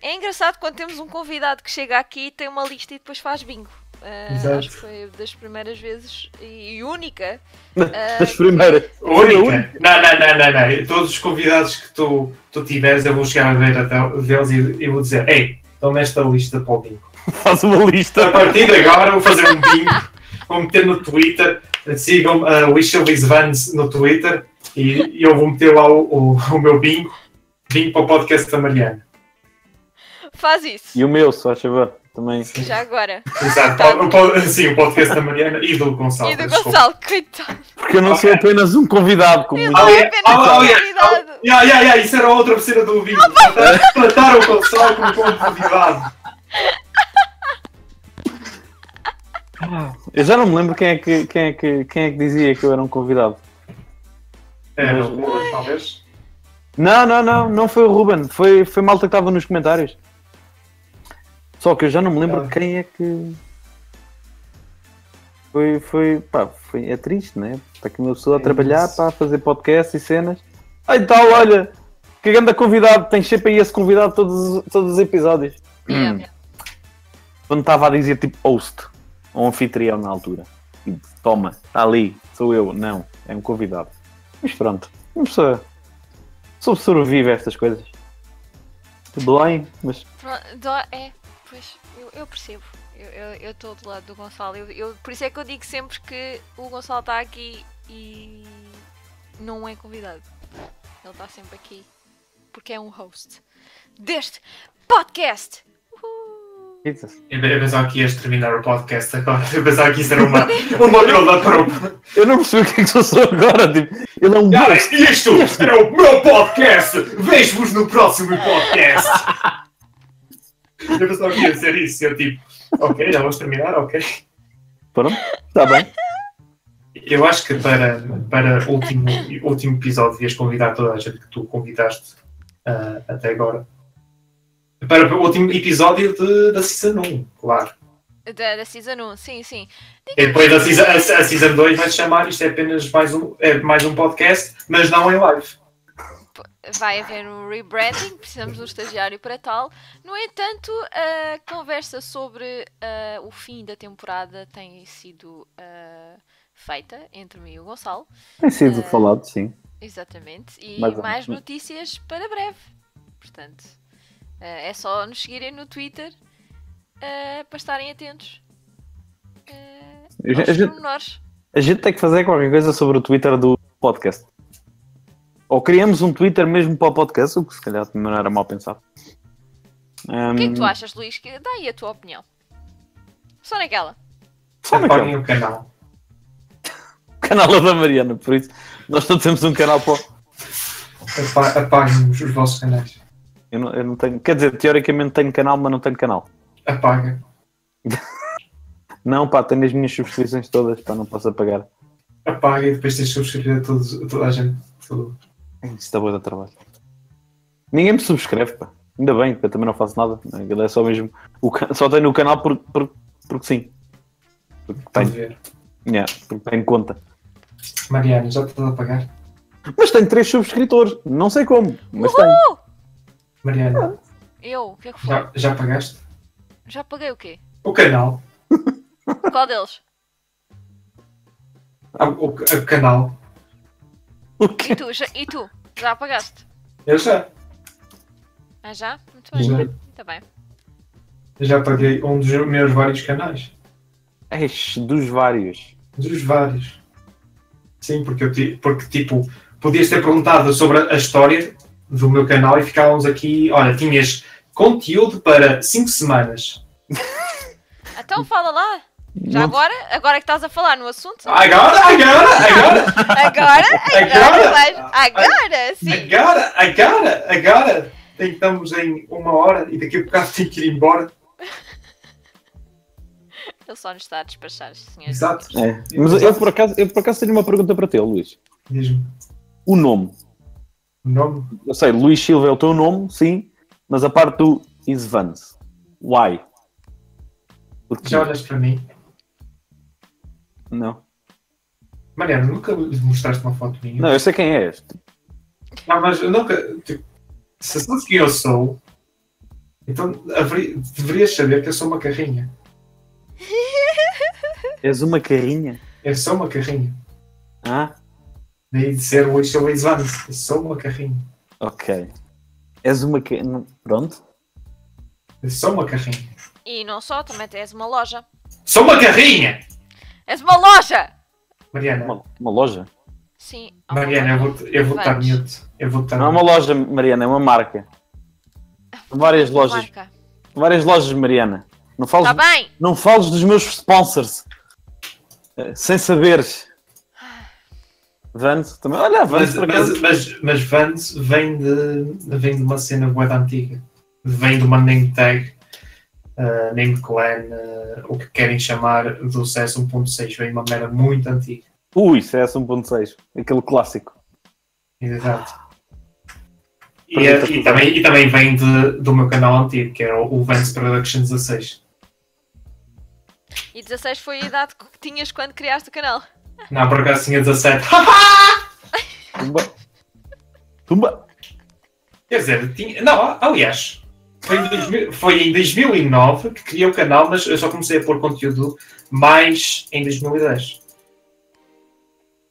É engraçado quando temos um convidado que chega aqui e tem uma lista e depois faz bingo. Ah,
Exato.
acho que foi das primeiras vezes e e única. Ah,
das primeiras.
Única. Não, não, não, não, não. Todos os convidados que tu, tu tiveres, eu vou chegar a ver a del- deles e eu vou dizer, ei, toma esta lista para o bingo.
Faz uma
A
lista.
partir de agora vou fazer um bingo, vou meter no Twitter, sigam a Lisha Liz Vans no Twitter e, e eu vou meter lá o, o, o meu bingo, bingo para o podcast da Mariana.
Faz isso.
E o meu, se faz favor. Também.
Já agora.
Exato. O pod- sim, o podcast da Mariana e do Gonçalo.
Tá e do
desculpa.
Gonçalo, coitado.
Porque eu não sou apenas um convidado, como
Eu
muito-
não
Ali-
é apenas
ali- ali-
convidado.
Ya, ya, ya, isso era outra piscina do vinho. Tratar- Tratar o Gonçalo como convidado.
Eu já não me lembro quem é que, quem é que, quem é que dizia que eu era um convidado.
É,
Mas-
não, talvez.
Não, não, não, não foi o Ruben, foi, foi malta que estava nos comentários. Só que eu já não me lembro
Ah.
quem é que. Foi, foi, pá, foi, é triste, né? Está aqui uma pessoa a
É
trabalhar,
isso.
pá, a fazer podcast e cenas. Ah, e tal, olha, que grande convidado, tens sempre aí esse convidado todos, todos os episódios. Hum.
Yeah.
Quando estava a dizer tipo host, ou anfitrião na altura. E, Toma, está ali, sou eu. Não, é um convidado. Mas pronto, uma pessoa sobrevive a estas coisas. De Belém, mas
Pronto, dó- é, pois, eu, eu percebo. Eu estou do lado do Gonçalo. Eu, eu- por isso é que eu digo sempre que o Gonçalo está aqui e não é convidado. Ele está sempre aqui porque é um host deste podcast. Uhul.
Jesus.
Eu eu pensava que ias terminar o podcast agora. *laughs* Eu pensava que isso era uma, uma bela prova.
eu não percebi o que é que eu sou agora. Tipo, ele é um
Ah,
host.
isto era o meu podcast. Vejo-vos no próximo podcast. Eu pensava que ia dizer isso. Eu tipo, ok, já vamos terminar, ok.
Pronto, está bem.
Eu acho que para, para o último, último episódio devias convidar toda a gente que tu convidaste ah, até agora. Para o último episódio de, da Season 1, claro.
Da, da Season 1, sim, sim.
E depois a season, a, a season 2 vai se chamar isto é apenas mais um, é mais um podcast, mas não em live.
Vai haver um rebranding, precisamos de um estagiário para tal. No entanto, a conversa sobre ah, o fim da temporada tem sido ah, feita entre mim e o Gonçalo.
Tem sido falado, sim.
Exatamente. E
Mais
mais,
ou menos.
notícias para breve. Portanto, eh, é só nos seguirem no Twitter eh, para estarem atentos. eh,
Eu já-
aos
eu já-
pormenores.
A gente tem que fazer qualquer coisa sobre o Twitter do podcast. Ou criamos um Twitter mesmo para o podcast, o que se calhar também não era mal pensado.
O que é que
Hum.
tu achas, Luís? Que- Dá aí a tua opinião. Só naquela.
Só naquela.
Apoiem o canal.
*laughs* canal é da Mariana, por isso nós todos temos um canal para. o-
Apa- Apaguem os vossos canais.
Eu não, eu não tenho, quer dizer, teoricamente tenho canal, mas não tenho canal.
Apaga.
Não, pá, tenho as minhas subscrições todas, pá, não posso apagar.
Apaga e depois tens de subscrever a, todos, a toda a gente. Tudo.
Isso dá boa de trabalho. Ninguém me subscreve, pá. Ainda bem, porque eu também não faço nada. Aquilo É só mesmo. o ca- só tenho o canal por, por- porque sim. Porque
Estás a
tenho,
ver.
yeah, porque tenho conta.
Mariana, já estás a apagar?
Mas tenho três subscritores, não sei como, mas tenho.
Uhul!
Mariana,
Eu, o que é que foi?
já, já apagaste?
Já paguei o quê?
O canal.
Qual deles?
Ah, O, o- o canal.
O quê?
E tu? Já, e tu? Já apagaste?
Eu já.
Ah, já? Muito bem.
Já.
Muito bem.
Eu já apaguei um dos meus vários canais. Um
Eixe, dos vários.
Dos vários. Sim, porque, eu ti- porque tipo, podias ter perguntado sobre a a história do meu canal e ficávamos aqui. Olha, tinhas conteúdo para 5 semanas.
Então fala lá. Já
Não-
agora? Agora que estás a falar no
*laughs*
assunto?
Agora, agora, agora,
Agora? Agora?
Agora?
vais- Agora? Sim.
agora, agora, agora. Tem- Estamos em uma hora e daqui a bocado tenho que ir embora.
Ele só nos está a despachar, senhor.
Exato.
É. Mas eu por, acaso, eu por acaso tenho uma pergunta para ti, Luís.
Diz-me
O nome.
o nome.
Eu sei, Luís Silva é o teu nome, sim, mas a parte do is Vance. Why? Porque
Já olhas para mim.
não.
Mariana, nunca me mostraste uma foto minha.
Não, eu sei quem és.
Não, mas eu nunca. Tipo, se sabes quem eu sou, então haveria- deverias saber que eu sou uma carrinha.
És uma carrinha.
Eu sou uma carrinha.
Ah,
Daí de ser o Eixo Luís Vance. Eu sou uma carrinha.
ok. És uma carrinha. Pronto.
Eu sou uma carrinha.
E não só, também és uma loja.
Sou uma carrinha!
És uma loja!
Mariana,
Uma, uma loja.
Sim. há uma
Mariana, eu
loja.
vou, eu vou estar
Vamos.
mute. Eu vou estar
Não é uma loja, Mariana, é uma marca. Várias lojas.
Marca.
Várias lojas, Mariana. Não fales,
Tá bem!
não fales dos meus sponsors. Eh, Sem saberes.
Ah.
Vance também. Olha, Vance
Mas,
por acaso.
mas, mas, mas Vance vem de, vem de uma cena web antiga. Vem de uma name tag, ah, name clan, ah, o que querem chamar do CS 1.6. Vem uma merda muito antiga.
Ui, é CS 1.6. Aquele clássico.
Exato. E, é-
Pergunta
e
tudo.
também, e também vem de, do meu canal antigo, que é o, o Vance Production 16.
E 16 foi a idade que tinhas quando criaste o canal.
Não, por acaso tinha 17.
Tumba. Tumba.
*laughs* Quer dizer, tinha... não, aliás, foi em, 2000 foi em 2009 que criei o canal, mas eu só comecei a pôr conteúdo mais em 2010.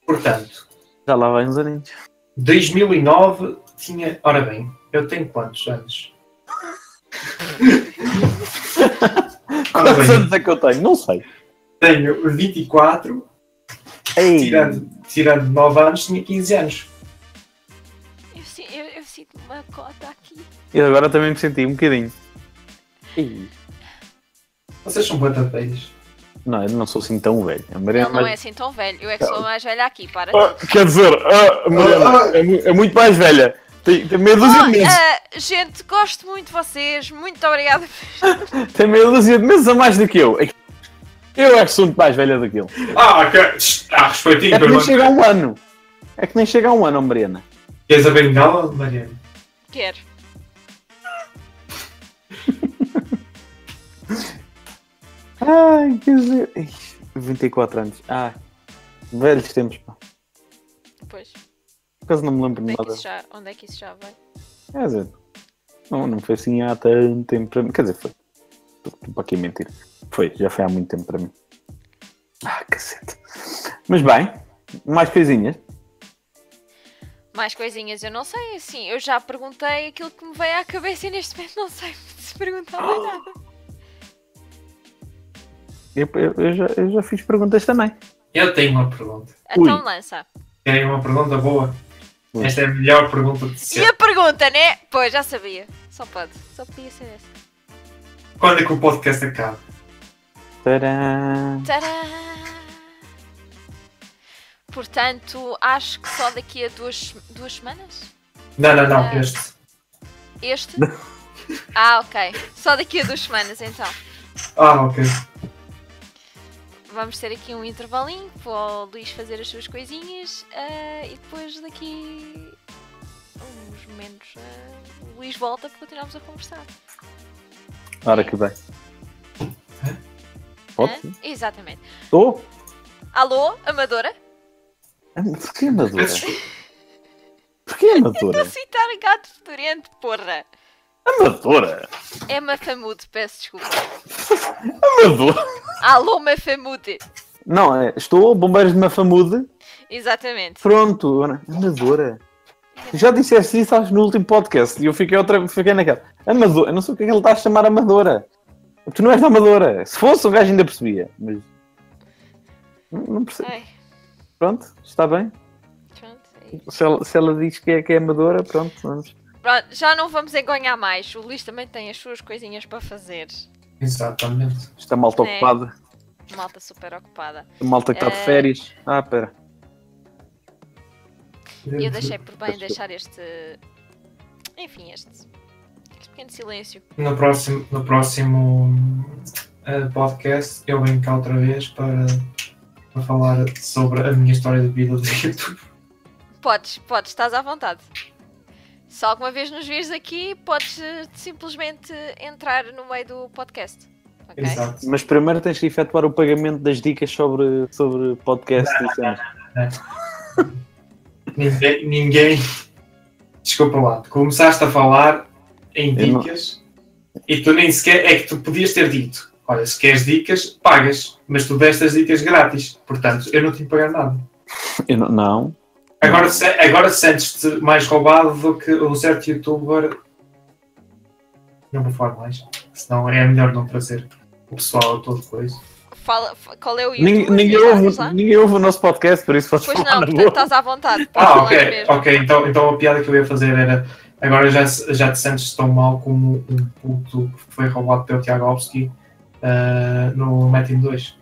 Portanto,
Já lá vai uns aninhos.
2009 tinha. Ora bem, eu tenho quantos anos? Ora
Quantos
bem,
anos é que eu tenho? Não sei.
tenho 24,
Ei,
tirando, tirando 9 anos, tinha 15 anos.
Eu, si- eu- eu sinto uma cota aqui.
Eu agora também me senti um bocadinho. Ei.
Vocês são batapeias.
Não, eu não sou assim tão velho. A
Ele
Mariana
não é
mais-
assim tão velho. Eu é que sou a mais velha aqui, para.
Ah, quer dizer, ah, a Mariana é, mu- é muito mais velha. Tem, tem meia dúzia de meses.
Oh, ah, gente, gosto muito de vocês. Muito obrigada.
*laughs*
ah.
Tem meia dúzia de meses a mais do que eu. Eu é que sou muito mais velha do que ele.
Ah, que... ah respeitinho,
É que nem
perdão.
chega a um ano. É que nem chega a um ano, Mariana.
Queres a bengala, Mariana?
Quero.
Ah, Ai, quer dizer. Ih, 24 anos. Ai, velhos tempos, pá.
Depois,
Quase não me lembro
onde
de
é, que
nada.
isso já, onde é que isso já vai?
Quer dizer, não, não foi assim há tanto tempo para mim. Quer dizer, foi. Estou para aqui a mentir. Foi, já foi há muito tempo para mim. Ah, cacete. Mas bem, mais coisinhas.
Mais coisinhas, eu não sei, assim, eu já perguntei aquilo que me veio à cabeça e neste momento não sei *laughs* se perguntar mais nada.
Eu, eu- eu já, eu já fiz perguntas também.
Eu tenho uma pergunta.
Então lança.
Tenho uma pergunta boa.
Ui.
Esta é a melhor pergunta de
E
sempre.
a pergunta, né? Pois, já sabia. Só pode. Só podia ser essa.
Quando é que o podcast acaba?
Tcharam.
Tadá! Portanto, acho que só daqui a duas, duas semanas?
Não, não, não.
Ah.
Este.
Este? *laughs* Ah, ok. Só daqui a duas semanas, então.
Ah, ok.
É. Vamos ter aqui um intervalinho para o Luís fazer as suas coisinhas ah, e depois daqui uns momentos ah, o Luís volta para continuarmos a conversar.
Ora que bem.
Hã?
Pode? sim.
Exatamente.
Estou?
Alô, amadora?
Ah, Porquê amadora? Porquê amadora?
Citar gato fedorento, porra!
Amadora?
É Mafamude, peço desculpa.
Amadora?
Alô, Mafamude!
Não, é, estou, bombeiros de Mafamude.
Exatamente.
Pronto. ora, Amadora. Já disseste isso acho, no último podcast e eu fiquei, outra, fiquei naquela. Amadora, eu não sei o que é que ele está a chamar amadora. Tu não és da amadora. Se fosse, o gajo ainda percebia. Mas. Não, não percebo.
Ai,
Pronto, está bem.
pronto, é isso.
Se ela, se ela diz que é, que é amadora, pronto, vamos.
Pronto, já não vamos enganhar mais. O Luís também tem as suas coisinhas para fazer.
Exatamente.
Está malta
É.
ocupada.
Malta super ocupada.
A malta que está
É.
de férias. Ah, pera.
E eu deixei por bem
Peço
deixar este. Enfim, este. Este pequeno silêncio.
No próximo, no próximo eh, podcast eu venho cá outra vez para, para falar sobre a minha história de vida do YouTube.
Podes, podes, estás à vontade. Se alguma vez nos vires aqui, podes eh, simplesmente entrar no meio do podcast. Ok?
Exato.
Mas primeiro tens que efetuar o pagamento das dicas sobre, sobre podcast e cenas.
Ninguém, ninguém- Desculpa lá, tu começaste a falar em
Eu não-
dicas e tu nem sequer. É que tu podias ter dito: olha, se queres dicas, pagas, mas tu deste as dicas grátis, portanto eu não tinha que pagar nada.
Eu não. não.
Agora, se- agora sentes-te mais roubado do que um certo youtuber. Não vou falar mais, senão é melhor não trazer o pessoal a todo coisa.
Fala, fa- qual é o YouTube?
Ninguém, ninguém,
Já
ouve,
sabes lá?
ninguém ouve o nosso podcast, por isso podes
Pois
falar
não,
na
portanto
boa.
estás à vontade. podes
Ah,
falar
ok,
mesmo.
ok, então, então a piada que eu ia fazer era. Agora já, se- já te sentes tão mal como um puto que foi roubado pelo Tiagovski ah, no Metin 2.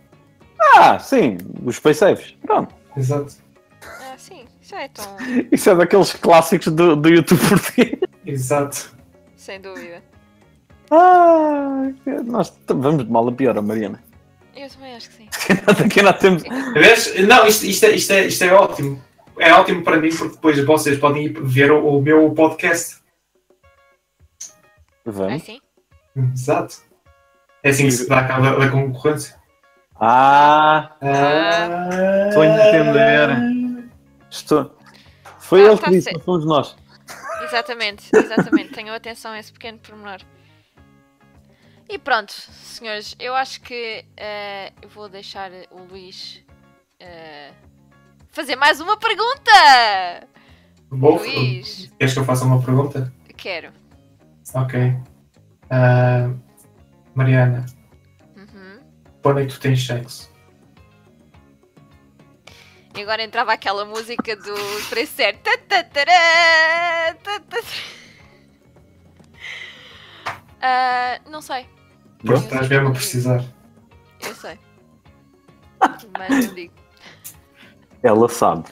Ah, sim, os Space Saves. Pronto.
Exato,
Ah, sim, já é tão.
Isso é daqueles clássicos do, do YouTube *laughs* português.
exato.
Sem dúvida.
Ah, que- nós t- vamos de mal a pior, a Mariana. *laughs*
Eu também acho que sim.
Daqui nós temos.
Vês? Não, isto, isto, é, isto, é, isto é ótimo. É ótimo para mim porque depois vocês podem ir ver o, o meu podcast.
É
Vamos.
Ah, sim?
Exato. É assim que se dá cabo da, da concorrência.
Ah,
Ah,
estou a entender. estou. Foi
Tá,
ele
tá
que disse,
certo.
não fomos nós.
Exatamente, exatamente. Tenham atenção a esse pequeno pormenor. E pronto, senhores, eu acho que eh, eu vou deixar o Luís eh, fazer mais uma pergunta!
Bom,
Luís,
queres que eu faça uma pergunta?
quero.
Ok. Ah, Mariana,
Uhum.
quando é que tu tens sexo?
E agora entrava aquela música do 37. Tá, tá, tará, tá, tá, tá. Ah, não sei,
Porque
Bom.
estás mesmo a precisar.
eu sei. Mas não digo.
Ela sabe.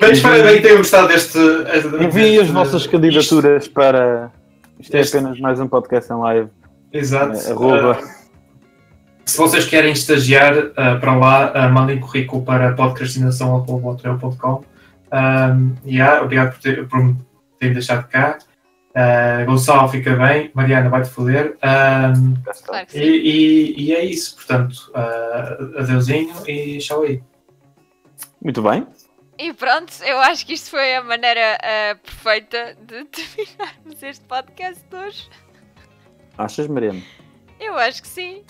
Mas espero bem que tenham gostado deste.
Enviem as
deste-
vossas
isto.
candidaturas para. Isto é
Este-
apenas mais um podcast em live.
Exato.
Eh, arroba.
Ah, se vocês querem estagiar ah, para lá, ah, mandem currículo para podcastinação.com. Um, yeah, obrigado por, ter, por me terem deixado cá. Ah, Gonçalo fica bem, Mariana vai-te foder. Ah,
Claro que
e,
sim.
e- e é isso, portanto, ah, adeusinho e tchau aí.
Muito bem.
E pronto, eu acho que isto foi a maneira ah, perfeita de *laughs* terminarmos este podcast de hoje.
Achas, Mariana?
Eu acho que sim.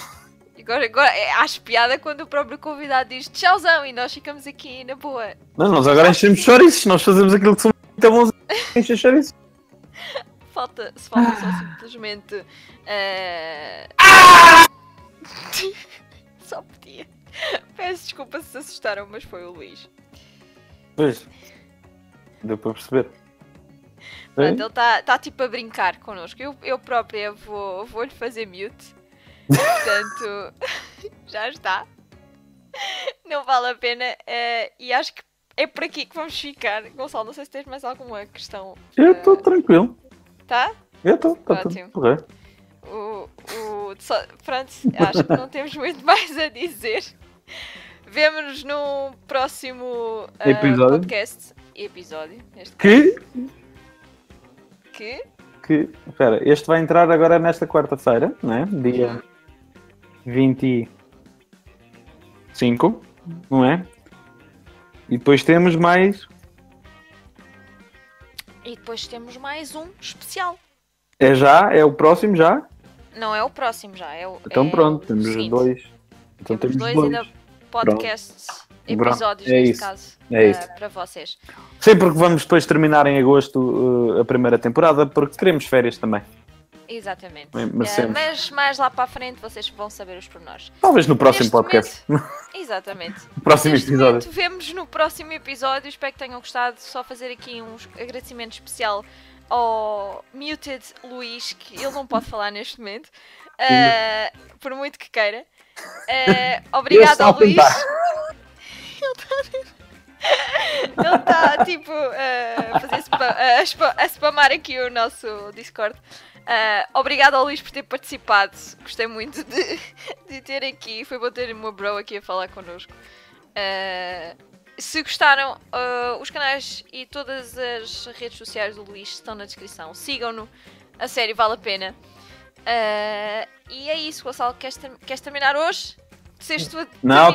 Agora, agora é, acho piada quando o próprio convidado diz tchauzão e nós ficamos aqui na boa.
Não, nós agora enchemos chouriços. Nós fazemos aquilo que somos muito bons a encher chouriços.
Falta, se falta só simplesmente. eh, *laughs* só podia. Peço desculpa se se assustaram, mas foi o Luís.
Pois. Deu para perceber.
Pronto,
É?
ele está tá, tipo a brincar connosco. Eu, eu própria vou- vou-lhe fazer mute. Portanto, *laughs* já está. Não vale a pena. eh, e acho que é por aqui que vamos ficar. Gonçalo, não sei se tens mais alguma questão.
Eu estou tranquilo.
Tá?
Eu estou. Está
eh, Ótimo.
tudo correr.
O, o, só- pronto, acho que não temos muito *laughs* mais a dizer. Vemo-nos num próximo eh,
Episódio.
podcast. Episódio. Neste
Que,
que.
que. Espera, este vai entrar agora nesta quarta-feira, né? Dia 25. Não é? E depois temos mais.
E depois temos mais um especial.
É já? É o próximo já?
Não é o próximo já, é o.
Então
é
pronto,
o
temos
seguinte.
dois. Então
Temos dois
temos, dois.
ainda podcasts,
Pronto.
episódios
É
neste
isso.
caso,
É
eh,
isso.
para vocês.
Sim, porque vamos depois terminar em agosto uh, a primeira temporada, porque queremos férias também.
Exatamente.
Bem,
Eh,
merecemos.
mas mais lá para a frente vocês vão saber os pormenores.
Talvez no próximo
Neste
podcast.
momento- *laughs* exatamente.
No próximo
Neste
episódio.
momento, vemos no próximo episódio. Espero que tenham gostado. Só fazer aqui um agradecimento especial ao Muted Luís, que ele não pode falar neste momento, eh, por muito que queira. Eh, obrigado
Eu
ao
estou a
Luís.
tentar.
*laughs* Ele está tipo a fazer spa- a spa- a spamar aqui o nosso Discord. Ah, obrigado ao Luís por ter participado. Gostei muito de, de ter aqui. Foi bom ter o meu bro aqui a falar connosco. Ah, se gostaram, ah, os canais e todas as redes sociais do Luís estão na descrição. Sigam-no, a sério, vale a pena. Ah, e é isso, Gonçalo. Queres, ter- queres terminar hoje? Sexto,
Não,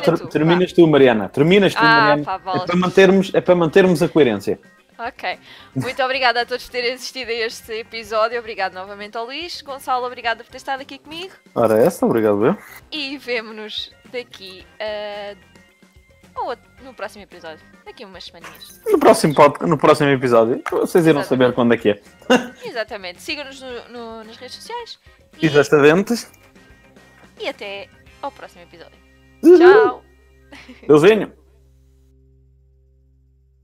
termina
ter-
tu, vá.
terminas tu, Mariana. Terminas tu,
Ah,
Mariana.
pá, bolas.
é, para mantermos, é para mantermos a coerência.
Ok. Muito obrigada a todos por terem assistido a este episódio. Obrigado novamente ao Luís. Gonçalo, obrigada por ter estado aqui comigo.
Ora, essa, obrigado, eu.
E vemo-nos daqui ah, ou a- no próximo episódio. Daqui a umas semaninhas.
No próximo, pod- no próximo episódio, vocês irão
Exatamente.
saber quando é que é.
Exatamente. Sigam-nos no- no- nas redes sociais. E,
Exatamente.
e até ao próximo episódio. Tchau!
Deusinho.